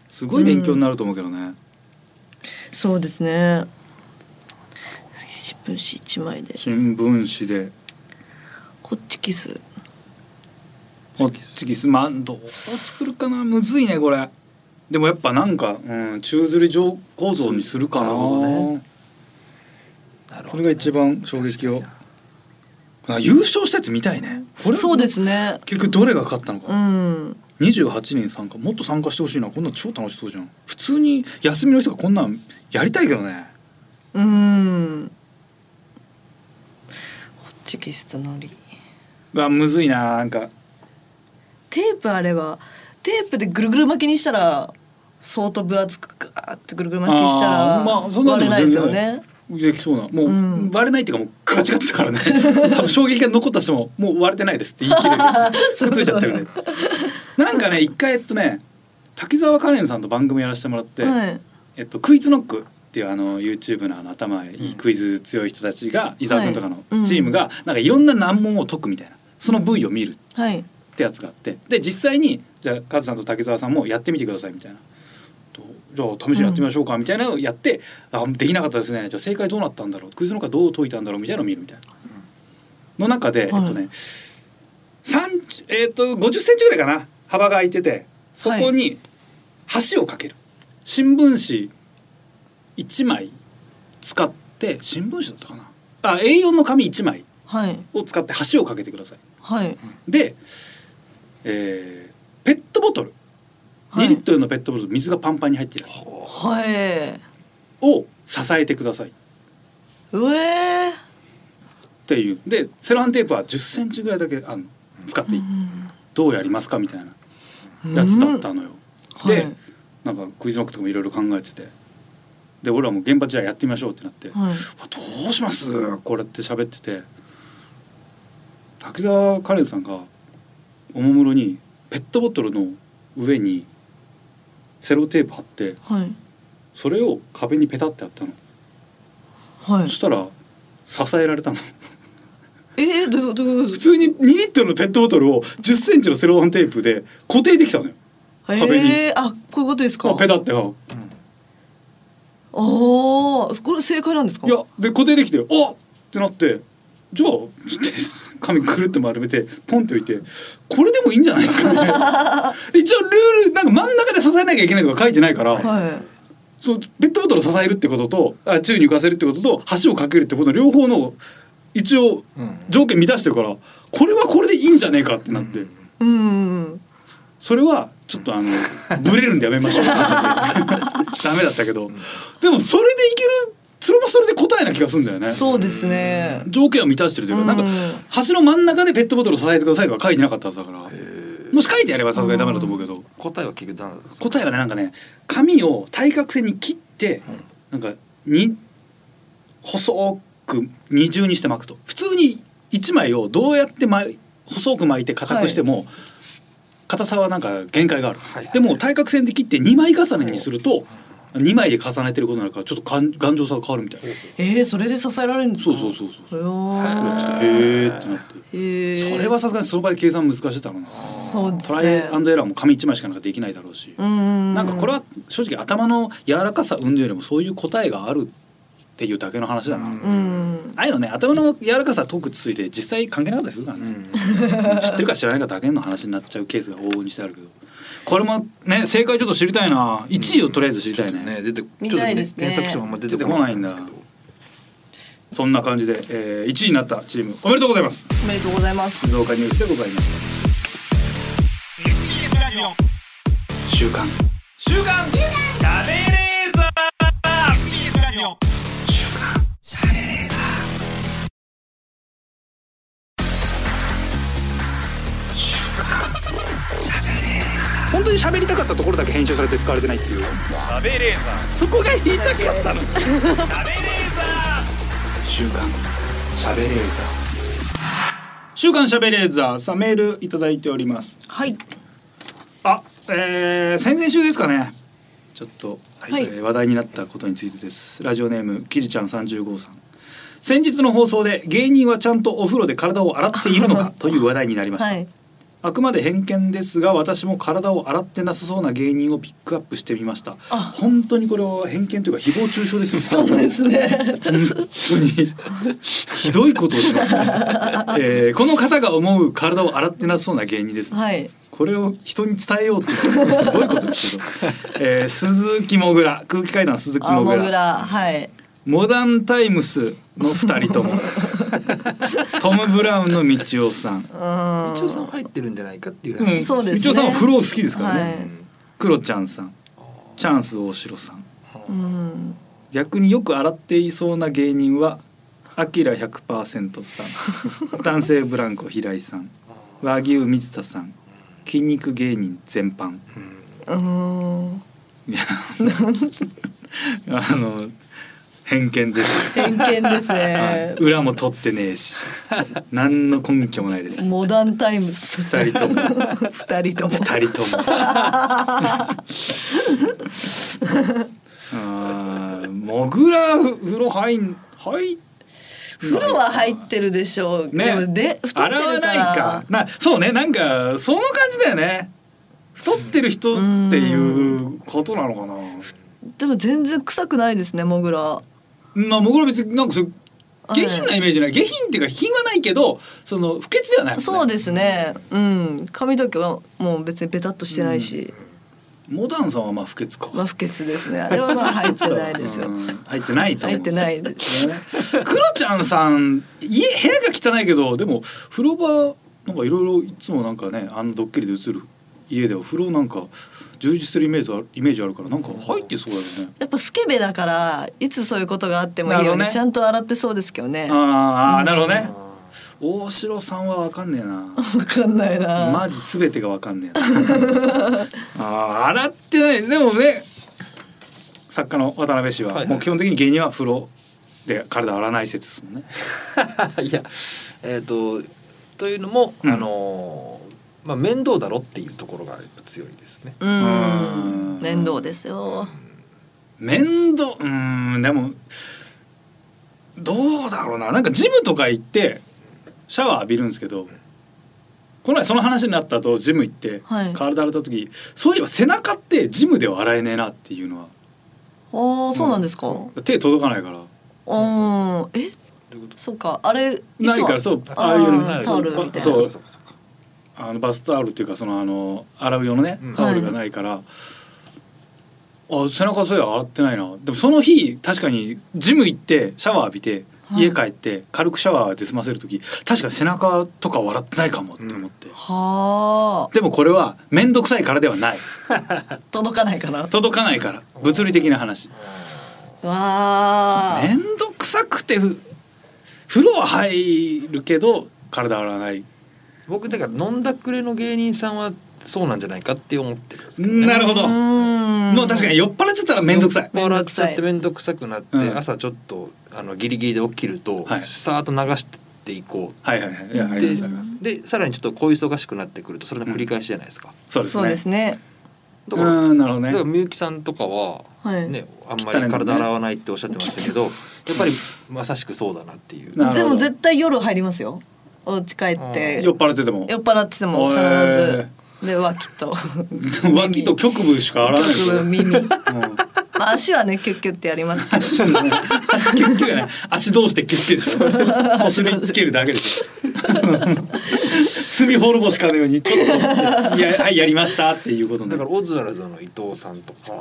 Speaker 3: すごい勉強になると思うけどね。
Speaker 4: そうですね新聞紙一枚で
Speaker 3: 新聞紙で
Speaker 4: こっちキス
Speaker 3: ホッチキスまあどう作るかなむずいねこれでもやっぱなんか、うん、宙吊り状構造にするかな
Speaker 5: なるほどね
Speaker 3: それが一番衝撃をあ優勝したやつ見たいねこれ
Speaker 4: そうですね
Speaker 3: 結局どれが勝ったの
Speaker 4: う
Speaker 3: か、
Speaker 4: ん
Speaker 3: 28人参加もっと参加してほしいなこんなん超楽しそうじゃん普通に休みの人がこんなんやりたいけどね
Speaker 4: うんこっちキスとのり
Speaker 3: うわむずいななんか
Speaker 4: テープあればテープでぐるぐる巻きにしたら相当分厚くガーってぐるぐる巻きにした
Speaker 3: あ
Speaker 4: ら
Speaker 3: ーまあそんなの
Speaker 4: 割れないですよ
Speaker 3: 全然
Speaker 4: ね
Speaker 3: できそうなもう、
Speaker 4: うん
Speaker 3: 割れないっていうかもうガチガチだからね <laughs> 多分衝撃が残った人ももう割れてないですって言い <laughs> 切れるくっついちゃってるねなんかね一回えっとね滝沢カレンさんと番組やらせてもらって、
Speaker 4: はい
Speaker 3: えっと、クイズノックっていうあの YouTube のあの頭いいクイズ強い人たちが、伊沢君とかのチームが、なんかいろんな難問を解くみたいなその部位を見る
Speaker 4: はい
Speaker 3: ってやつがあってで実際にじゃあカズさんと滝沢さんもやってみてくださいみたいな。どうじゃあ試しにやってみましょうかみたいなのをやって、あできなかったですねじゃあ正解どうなったんだろうクイズの中どう解いたんだろうみたいなのを見るみたいな。の中で、
Speaker 4: はい
Speaker 3: えっとね30えっと5 0センチぐらいかな幅が空いててそこに橋をかける、新聞紙1枚使って新聞紙だったかなあ A4 の紙1枚
Speaker 4: はい
Speaker 3: を使って橋をかけてください。
Speaker 4: はい
Speaker 3: で、えーペットボトル
Speaker 4: は
Speaker 3: 2
Speaker 4: い
Speaker 3: リットルのペットボトル水がパンパンに入ってるやつ
Speaker 5: ほ
Speaker 4: はいえ
Speaker 3: を支えてくださいっ
Speaker 4: え
Speaker 3: ていうでセロハンテープは1 0センチぐらいだけあの使っていい、どうやりますかみたいなやつだったのよ。
Speaker 4: うん
Speaker 3: で、なんかクイズノックとかもいろいろ考えててで俺らも現場じゃあやってみましょうってなって、
Speaker 4: はい
Speaker 3: どうしますこれって喋ってて滝沢カレンさんがおもむろにペットボトルの上にセロテープ貼って
Speaker 4: はい
Speaker 3: それを壁にペタって貼ったの
Speaker 4: はい
Speaker 3: そしたら支えられたの
Speaker 4: えー、えどういうことどういうこ
Speaker 3: 普通に2リットルのペットボトルを1 0ンチのセロハンテープで固定できたのよ
Speaker 4: と
Speaker 3: 壁に
Speaker 4: えー、あこういうことですか
Speaker 3: あペタってうん
Speaker 4: あーこれ正解なんですか
Speaker 3: いやで固定できて「おっ!」ってなって「じゃあ」 <laughs> って髪くるって丸めてポンと置いて「これでもいいんじゃないですか
Speaker 4: <laughs>
Speaker 3: ね」一応ルールなんか真ん中で支えなきゃいけないとか書いてないから、
Speaker 4: はい
Speaker 3: そうペットボトルを支えるってこととあ宙に浮かせるってことと橋を架けるってことの両方の一応
Speaker 5: うん
Speaker 3: 条件満たしてるからこれはこれでいいんじゃねえかってなって。
Speaker 4: うんうんうん
Speaker 3: それはちょっとあのブレるんでやめましょうダメだったけどでもそれでいけるそれもそれで答えな気がするんだよね
Speaker 4: そうですね
Speaker 3: 条件を満たしてるというか、
Speaker 4: うん
Speaker 3: なんか橋の真ん中でペットボトルを支えてくださいとか書いてなかったはずだからもし書いてあればさすがにダメだと思うけど、
Speaker 5: 答えは結局何なんですか
Speaker 3: 答えはねなんかね紙を対角線に切って、なんかに細く二重にして巻くと普通に1枚をどうやって巻い細く巻いて硬くしても、硬さはなんか限界がある、
Speaker 5: はいはい
Speaker 3: でも対角線で切って2枚重ねにすると2枚で重ねてることになるからちょっとかん頑丈さが変わるみたいな
Speaker 4: えー、それで支えられるんです
Speaker 3: そ
Speaker 4: か
Speaker 3: うそうそうそう
Speaker 4: へ
Speaker 5: はい
Speaker 3: へえってなって。
Speaker 4: えへえ
Speaker 3: それはさすがにその場で計算難しいだろうな。
Speaker 4: そうです
Speaker 3: ト
Speaker 4: ね
Speaker 3: ライアンドエラーも紙一枚しかなんかできないだろうし、
Speaker 4: うん
Speaker 3: なんかこれは正直頭の柔らかさ運動よりもそういう答えがあるっていうだけの話だな。
Speaker 5: うん
Speaker 4: うん
Speaker 3: ああいうのね頭の柔らかさは遠くついて実際関係なかったりするから
Speaker 5: う <laughs>
Speaker 3: ね、
Speaker 5: ん
Speaker 3: 知ってるか知らないかだけの話になっちゃうケースが往々にしてあるけどこれもね正解ちょっと知りたいな1位をとりあえず知りたいね,、
Speaker 5: ね出てちょっ
Speaker 4: 見
Speaker 5: と
Speaker 4: たい
Speaker 5: ね
Speaker 4: ですね
Speaker 5: 検索してもあんま出てこなかったんですけど
Speaker 3: 出てこそんな感じで、え1位になったチームおめでとうございます
Speaker 4: おめでとうございます
Speaker 3: 静岡ニュースでございました
Speaker 2: TBS ラジオ
Speaker 3: 週刊
Speaker 2: 週刊しゃべれーザー TBS ラジオ
Speaker 1: 本当に喋りたかったところだけ編集されて使われてないっていう
Speaker 2: しゃべれーザ
Speaker 1: そこが言いたかったの
Speaker 2: ーしゃべれーザー
Speaker 3: 週刊しゃべれーザ週刊しゃべれーザーさあメールいただいております
Speaker 4: はい
Speaker 3: あ、えー、先々週ですかねちょっと、
Speaker 4: はい
Speaker 3: えー話題になったことについてですラジオネームきじちゃん30号さん先日の放送で芸人はちゃんとお風呂で体を洗っているのかという話題になりました、
Speaker 4: はい
Speaker 3: あくまで偏見ですが私も体を洗ってなさそうな芸人をピックアップしてみました
Speaker 4: あ
Speaker 3: 本当にこれは偏見というか誹謗中傷ですよ
Speaker 4: そうですね
Speaker 3: 本当にひどいことをします
Speaker 4: <laughs>
Speaker 3: ね、えーこの方が思う体を洗ってなさそうな芸人です、
Speaker 4: はい
Speaker 3: これを人に伝えようっていうのはすごいことですけど、えー鈴木もぐら空気階段鈴木
Speaker 4: あ
Speaker 3: も
Speaker 4: モ
Speaker 3: ぐ
Speaker 4: グ
Speaker 3: ら
Speaker 4: ラはい
Speaker 3: モダンタイムスの2人と
Speaker 4: <laughs>
Speaker 3: もトム・ブラウンの道夫さん、
Speaker 5: 一応さん入ってるんじゃないかっていう
Speaker 3: うん
Speaker 5: 話、
Speaker 4: そうですね
Speaker 3: 道夫さんはフロー好きですからね、
Speaker 4: は
Speaker 5: う
Speaker 4: い
Speaker 5: ん
Speaker 3: クロちゃんさんチャンス大城さん
Speaker 4: うん
Speaker 3: 逆によく洗っていそうな芸人はアキラ100%さん男性ブランコ平井さん和牛水田さん筋肉芸人全般
Speaker 4: うん
Speaker 3: いやあの偏見です、
Speaker 4: 偏見で
Speaker 3: <laughs>
Speaker 4: す
Speaker 3: は
Speaker 4: ね
Speaker 3: い、裏も取ってねえし何の根拠もないです
Speaker 4: モダンタイムス
Speaker 3: 二人とも
Speaker 4: 二人とも
Speaker 3: <laughs> 二人ともあーモグラ風呂入ん入ん
Speaker 4: 風呂は入ってるでしょう、
Speaker 3: ね
Speaker 4: でもで太って
Speaker 3: 洗わ
Speaker 4: るか
Speaker 3: ない
Speaker 4: ら
Speaker 3: かなそうねなんかその感じだよね太ってる人っていうことなのかな
Speaker 4: でも全然臭くないですねモグラ
Speaker 3: まあ僕ら別になんかそう
Speaker 4: はい
Speaker 3: 下品なイメージない下品っていうか品はないけどその不潔ではないもんね
Speaker 4: そうですねうん髪の毛はもう別にベタっとしてないし、
Speaker 3: モダンさんはまあ不潔か
Speaker 4: まあ不潔ですねあれはまあ入ってないです
Speaker 3: う
Speaker 4: よ
Speaker 3: ん入ってないと思
Speaker 4: 入
Speaker 3: う
Speaker 4: ってないです
Speaker 3: ねクロちゃんさん家部屋が汚いけどでも風呂場なんかいろいろいつもなんかねあのドッキリで映る家では風呂なんか充実するイメージあるイメージあるからなんか入ってそうだよね。
Speaker 4: やっぱスケベだからいつそういうことがあってもいい
Speaker 3: なる
Speaker 4: よ
Speaker 3: ほ
Speaker 4: う
Speaker 3: ど
Speaker 4: に
Speaker 3: ね
Speaker 4: ちゃんと洗ってそうですけどねわ
Speaker 3: あーあーなるほどね。大城さんはわかんねえな。
Speaker 4: かんないな、
Speaker 3: マジすべてがわかんねえな。あー洗ってないでもね作家の渡辺氏は、
Speaker 5: はいはい
Speaker 3: もう基本的に芸人は風呂で体洗わない説ですもんね。
Speaker 5: いやえっ、とというのも、
Speaker 3: うん
Speaker 5: あのーまあ面倒だろっていうところがやっぱ強いですね。
Speaker 4: う
Speaker 3: うん
Speaker 4: ん面倒ですよ
Speaker 3: 面倒うーんでもどうだろうななんかジムとか行ってシャワー浴びるんですけどこの前その話になった後ジム行って、
Speaker 4: はい
Speaker 3: 体洗った時そういえば背中ってジムでは洗えねえなっていうのは
Speaker 4: ああそうなんですか。うん、
Speaker 3: 手届かないから
Speaker 4: え
Speaker 5: どういうこ
Speaker 4: そうかあれいつも
Speaker 3: ないからそう
Speaker 5: あ
Speaker 3: ああいう
Speaker 4: ー
Speaker 3: の
Speaker 4: タオルみたいな
Speaker 3: そう
Speaker 5: そうそうそう
Speaker 3: あのバスタオルっていうかそのあの洗う用のね
Speaker 5: うん
Speaker 3: タオルがないから、あ背中そういや洗ってないなでもその日確かにジム行ってシャワー浴びて
Speaker 4: はい
Speaker 3: 家帰って軽くシャワーで済ませる時確かに背中とか笑ってないかもって思って、
Speaker 4: はあ
Speaker 3: でもこれは面倒くさいからではない
Speaker 4: 届かないかな。
Speaker 3: 届かないから物理的な話
Speaker 4: わあ。
Speaker 3: 面倒くさくてふ風呂は入るけど体洗わない
Speaker 5: 僕だから飲んだくれの芸人さんはそうなんじゃないかって思ってるんですけど、ね、
Speaker 3: なるほど、
Speaker 4: うん。
Speaker 3: もう確かに酔っ払っちゃったら面倒くさい
Speaker 5: 酔っ払っちゃって面倒くさくなって、
Speaker 3: うん
Speaker 5: 朝ちょっとあのギリギリで起きると、
Speaker 3: はい
Speaker 5: さーっと流していこう
Speaker 3: はいはいはいいやあり
Speaker 5: で
Speaker 3: ますあります
Speaker 5: でさらにちょっと小忙しくなってくるとそれの繰り返しじゃないですか、
Speaker 3: そうです
Speaker 4: そう
Speaker 3: ね
Speaker 4: ですね。
Speaker 5: だから、
Speaker 3: うんなるほどね
Speaker 5: だからみゆきさんとかは
Speaker 4: はい。
Speaker 5: ね、あんま
Speaker 3: 汚いもん
Speaker 5: り
Speaker 3: ね
Speaker 5: 体洗わないっておっしゃってましたけど、やっぱりまさしくそうだなっていう。
Speaker 3: なる
Speaker 4: で
Speaker 3: ほど
Speaker 4: も絶対夜入りますよ。お家帰って
Speaker 3: <laughs> 酔っ払ってても
Speaker 4: 酔っ払ってても必ずではきっと。
Speaker 3: <laughs> 脇と局部しか洗わないでしょ、
Speaker 4: 僕
Speaker 3: うん、
Speaker 4: <laughs> 耳。まあ足はねキュッキュってやりますけ
Speaker 3: <laughs>
Speaker 4: ど。
Speaker 3: 足キュッキュがね足どうしてキュッキュでしょこすりつけるだけでしょ <laughs> 罪滅ぼしかのようにちょっといやはいやりましたっていうことにな
Speaker 5: だ
Speaker 3: る
Speaker 5: からオズワルドの伊藤さんとか、
Speaker 3: あ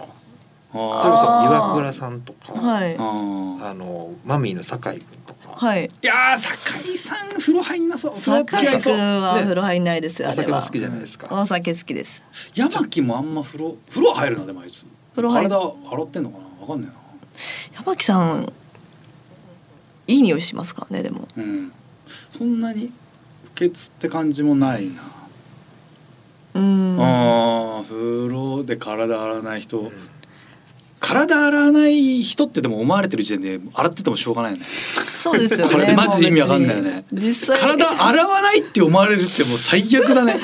Speaker 3: ー
Speaker 5: それこそ岩倉さんとか、
Speaker 4: はい。
Speaker 3: あー
Speaker 5: あのマミーの酒井君とか、
Speaker 4: はい。
Speaker 3: いやー酒井さん風呂入んなそう風呂
Speaker 4: 酒井
Speaker 3: 嫌いそ
Speaker 4: 君
Speaker 3: う
Speaker 4: は
Speaker 5: ね
Speaker 4: 風呂入んないですよ、あ
Speaker 5: お
Speaker 4: れ
Speaker 5: 酒も
Speaker 4: は
Speaker 5: 好きじゃないですか。
Speaker 4: お酒好きです
Speaker 3: 山木もあんま風呂風呂入るなでもあいつ
Speaker 4: 風呂入る
Speaker 3: 体洗ってんのかなわかんない
Speaker 4: 山木さんいい匂いしますからねでも
Speaker 3: なうんそんなに不潔って感じもないな
Speaker 4: うーん
Speaker 3: ああ風呂で体洗わない人、
Speaker 5: うん
Speaker 3: 体洗わない人ってでも思われてる時点で洗っててもしょうがないよね
Speaker 4: そうですよね
Speaker 3: これマジで意味わかんないよね
Speaker 4: もう別に実際
Speaker 3: 体洗わないって思われるってもう最悪だ
Speaker 4: <laughs>
Speaker 3: ね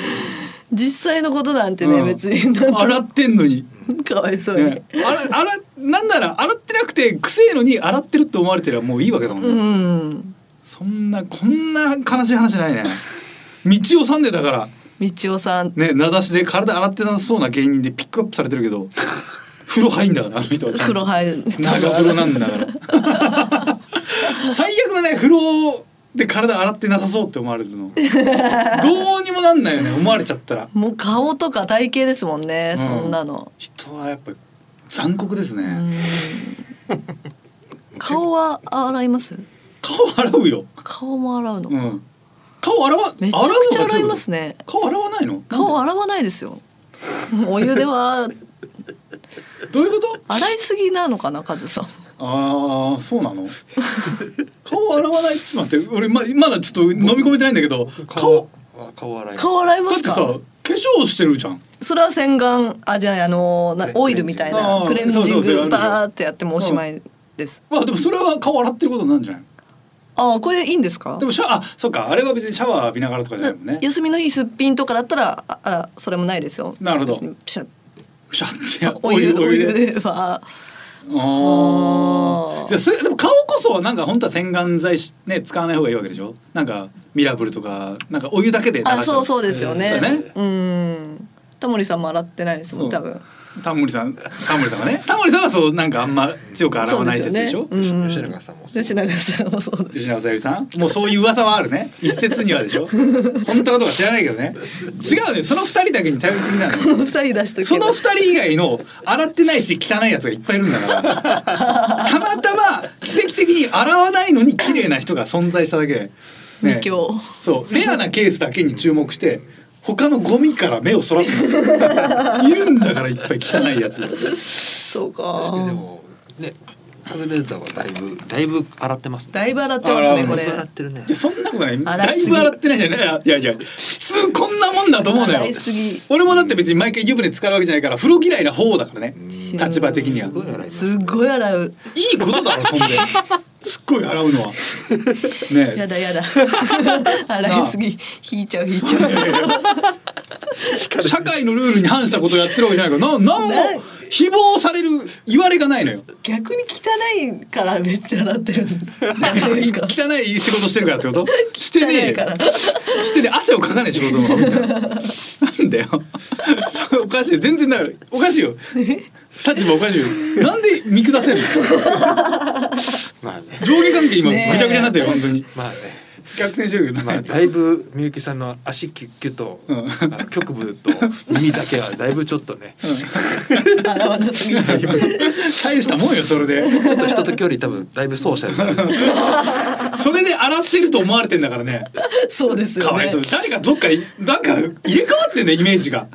Speaker 4: 実際のことなんてね、
Speaker 3: うん
Speaker 4: 別になん
Speaker 3: 洗ってんのに、
Speaker 4: かかわいそうに、
Speaker 3: ね、洗洗なんなら洗ってなくてくせえのに洗ってるって思われてりゃもういいわけだもんね、
Speaker 4: うん
Speaker 3: そんなこんな悲しい話ないね道をさんでだから
Speaker 4: 道夫さん
Speaker 3: ね名指しで体洗ってなさそうな芸人でピックアップされてるけど風呂入んだからあの人はちゃん
Speaker 4: 風
Speaker 3: と
Speaker 4: 呂入る人
Speaker 3: 長風呂なんだから
Speaker 4: <laughs>
Speaker 3: 最悪だね風呂で体洗ってなさそうって思われるのどうにもなんないよね思われちゃったら
Speaker 4: もう顔とか体型ですもんね、
Speaker 3: うん
Speaker 4: そんなの、
Speaker 3: 人はやっぱ残酷です
Speaker 4: う
Speaker 3: ね、
Speaker 4: ーん顔は洗います
Speaker 3: 顔洗うよ、
Speaker 4: 顔も洗うの、
Speaker 3: うん、顔洗わ
Speaker 4: めちゃ
Speaker 3: 洗うの
Speaker 4: くちゃ
Speaker 3: が
Speaker 4: 洗いますね
Speaker 3: 顔洗わないの
Speaker 4: 顔洗わないですよ。お湯では
Speaker 3: どういうこと
Speaker 4: 洗いすぎなのかな、カズさん。
Speaker 3: ああそうな
Speaker 4: <laughs>
Speaker 3: の顔洗わないちょっと待って俺ままだちょっと飲み込めてないんだけど顔
Speaker 5: 顔は顔洗います。
Speaker 4: 顔洗いま
Speaker 3: だっ
Speaker 4: す
Speaker 3: て
Speaker 4: か。
Speaker 3: さ化粧してるじゃん
Speaker 4: それは洗顔、あ、じゃあ、あの、な
Speaker 5: クレ
Speaker 4: オイルみたい
Speaker 3: あ
Speaker 4: な
Speaker 3: ー、
Speaker 4: クレンジ
Speaker 3: そ
Speaker 4: ン
Speaker 3: うそうそうあ
Speaker 4: グ
Speaker 3: るでしょ
Speaker 4: バーってやってもおしまいです。
Speaker 3: まあでもそれは顔洗ってることになるんじゃないの
Speaker 4: あー、これいいんですか
Speaker 3: で。もシャあそっかあれは別にシャワー浴びながらとかじゃないもんね
Speaker 4: 休みの日すっぴんとかだったら、ああら、それもないですよ。
Speaker 3: なるほど
Speaker 4: 別にピシャッ
Speaker 3: シャッてや
Speaker 4: お湯、
Speaker 3: お
Speaker 4: お
Speaker 3: 湯
Speaker 4: 湯
Speaker 3: で
Speaker 4: では。
Speaker 3: あ
Speaker 4: あー
Speaker 3: あじゃあそれでも顔こそなんか本当は洗顔剤しね使わない方がいいわけでしょなんかミラブルとかなんかお湯だけで流しちゃ
Speaker 4: あ、そう、そうですよ
Speaker 3: そうだ
Speaker 4: ね
Speaker 3: ね。
Speaker 4: うん。タモリさんも洗ってないですもん、
Speaker 3: そ
Speaker 4: 多
Speaker 3: う
Speaker 4: 分。
Speaker 3: タモリさんタモリさんはね
Speaker 4: <laughs>
Speaker 3: タモリさんはそうなんかあんま強く洗わない説でしょ
Speaker 4: そうすよねうんうん
Speaker 5: 吉永さんもそう
Speaker 4: 吉永さんもそうだ
Speaker 3: 吉永小百合さんもうそういう噂はあるね一説にはで
Speaker 4: <laughs>
Speaker 3: しょ本当かどうか知らないけどね違うねその二人だけに頼りすぎなの
Speaker 4: 二人出しとけ
Speaker 3: <laughs> その
Speaker 4: ば
Speaker 3: 二人以外の洗ってないし汚いやつがいっぱいいるんだからたまたま奇跡的に洗わないのに綺麗な人が存在しただけ
Speaker 4: 二強
Speaker 3: そうレアなケースだけに注目して他のゴミから目をそらす
Speaker 4: <laughs>
Speaker 3: のいるんだからいっぱい汚いやつが
Speaker 4: そうか
Speaker 5: 確かにでもね、カズレーザーはだいぶだいぶ洗ってますね。
Speaker 4: だいぶ洗って
Speaker 3: あ
Speaker 4: ま
Speaker 3: ら
Speaker 4: すねこ
Speaker 5: だいぶ洗っ
Speaker 4: れ
Speaker 5: てるね
Speaker 3: いや。そんなことない
Speaker 4: 洗
Speaker 3: だ
Speaker 4: い
Speaker 3: い
Speaker 4: すぎ
Speaker 3: ぶ洗ってないじゃないいやいや普通こんなもんだと思うの
Speaker 4: 洗い
Speaker 3: よ
Speaker 4: すぎ
Speaker 3: 俺もだって別に毎回湯船浸かるわけじゃないから風呂嫌いな方だからね立場的には
Speaker 5: すごい洗います
Speaker 4: すっごい洗う
Speaker 3: いいことだろそん
Speaker 4: <laughs>
Speaker 3: ですっごい洗うのはね
Speaker 4: や
Speaker 3: え
Speaker 4: だ
Speaker 3: <laughs>
Speaker 4: やだ洗いすぎ引いちゃう引いちゃ
Speaker 3: <laughs>
Speaker 4: う
Speaker 3: 社会のルールに反したことをやってるわけじゃないからななんも誹謗される言われがないのよ
Speaker 4: 逆に汚いからめっちゃ洗っ
Speaker 3: <laughs>
Speaker 4: てるんじゃないですか
Speaker 3: 汚い仕事してるからってことしてねえよ
Speaker 4: <laughs> 汚いから
Speaker 3: してね汗をかかない仕事の方がみた
Speaker 4: <laughs>
Speaker 3: いななんだよそれおかしいよ全然だからおかしいよ立場おかしいよなんで見下せるの
Speaker 5: まあね
Speaker 3: 上下関係今ぐ
Speaker 4: ねえ
Speaker 3: ちゃぐちゃになってるよ本当に
Speaker 5: まあね
Speaker 3: 逆転してるけど、
Speaker 5: まあだいぶみゆきさんの足キュッキュと、
Speaker 3: うん
Speaker 5: あの局部と耳だけはだいぶちょっとね
Speaker 4: 洗わなすぎて
Speaker 3: 大したもんよそれで
Speaker 5: ちょっと人と距離多分だいぶ走者になる
Speaker 3: それで洗ってると思われてんだからね
Speaker 4: そうですよね
Speaker 3: かわいそう誰かどっかいなんか入れ替わってんだよイメージが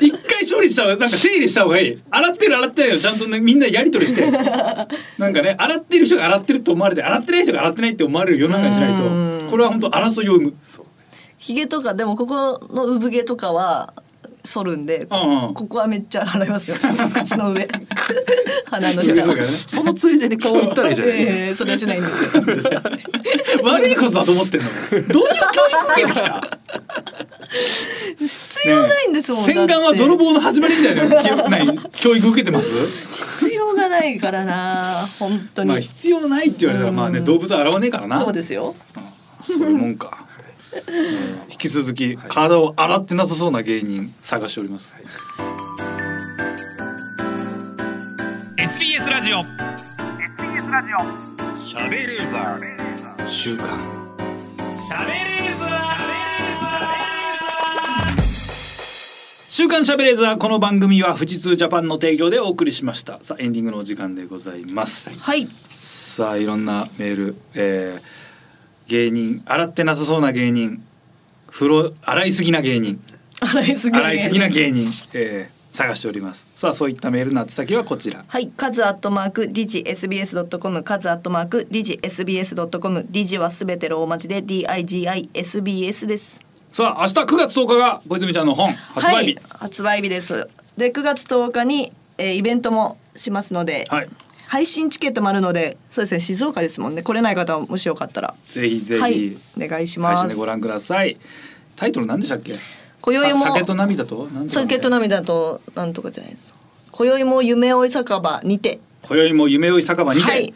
Speaker 3: 一回処理した方がなんか整理した方がいい洗ってる洗ってないをちゃんとねみんなやり取りしてなんかね洗ってる人が洗ってると思われて洗ってない人が洗ってないって思われる世の中にしないうと
Speaker 4: ん
Speaker 3: これは本当争いを生む
Speaker 5: そう
Speaker 4: ひげとかでもここの産毛とかは剃るんで、
Speaker 3: うんうん
Speaker 4: ここはめっちゃ洗
Speaker 3: <laughs>
Speaker 4: いますよ口の上鼻の
Speaker 3: い
Speaker 4: 下
Speaker 3: やそうかね
Speaker 5: そのついでに顔行ったらいいじゃないですか
Speaker 4: ええそれはしないんですよ
Speaker 3: 悪いことだと思ってんのどういう教育受けてきた
Speaker 4: 必要ないんですもん、
Speaker 3: ね洗顔は泥
Speaker 4: だって
Speaker 3: 棒の始まりみたいな記憶ない教育受けてます
Speaker 4: 必要がないからな本当に、
Speaker 3: まあ必要ないって言われたらまあね
Speaker 4: うん
Speaker 3: 動物は洗わねえからな
Speaker 4: そうですよ
Speaker 3: そういうもんか。引き続き体を洗ってなさそうな芸人探しております。
Speaker 2: SBS ラジオ
Speaker 3: 週刊
Speaker 2: しゃべれーザ
Speaker 3: 週刊しゃべれーザーこの番組は富士通ジャパンの提供でお送りしました。さあエンディングのお時間でございます。
Speaker 4: はい
Speaker 3: さあいろんなメール、えー芸人洗ってなさそうな芸人、風呂洗いすぎな芸人、
Speaker 4: 洗いすぎ
Speaker 3: 洗いすぎな芸人、えー探しております。さあそういったメールの宛先はこちら。
Speaker 4: はい、カズアットマークディジ SBS ドットコム、カズアットマークディジ SBS ドットコム、ディジはすべてローマ字で D I G I S B S です。
Speaker 3: さあ明日9月10日が小泉ちゃんの本発売日。
Speaker 4: はい、発売日です。で、9月10日に、えーイベントもしますので、
Speaker 3: はい
Speaker 4: 配信チケットもあるので、そうですね、静岡ですもんね。来れない方はもしよかったら、
Speaker 3: ぜひぜひ、
Speaker 4: はい、お願いし
Speaker 3: 配
Speaker 4: ま
Speaker 3: 信ですご。覧ください。タイトル何でしたっけ？
Speaker 4: 今宵も
Speaker 3: さ酒と涙となんとかみた
Speaker 4: 酒
Speaker 3: いな
Speaker 4: と涙となんとかじゃないです。今宵も夢追い酒場にて、
Speaker 3: 今宵も夢追い酒場にて、
Speaker 4: はい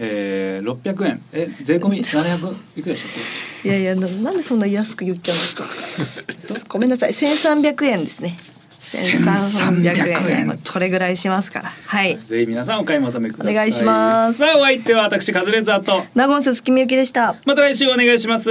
Speaker 3: えー、600円え税込み700いくらでした
Speaker 4: いやいやななんでそんな安く言っちゃうんです
Speaker 3: <laughs>
Speaker 4: か。ごめんなさい、千三百円ですね。
Speaker 3: 1300円
Speaker 4: これぐらいしますから。はい
Speaker 3: っ。け？ぜひ皆さんお買い求めください。
Speaker 4: お願いします
Speaker 3: さあお相手は私カズレーザーと
Speaker 4: ナゴンス月見ゆきでした。
Speaker 3: また来週お願いします。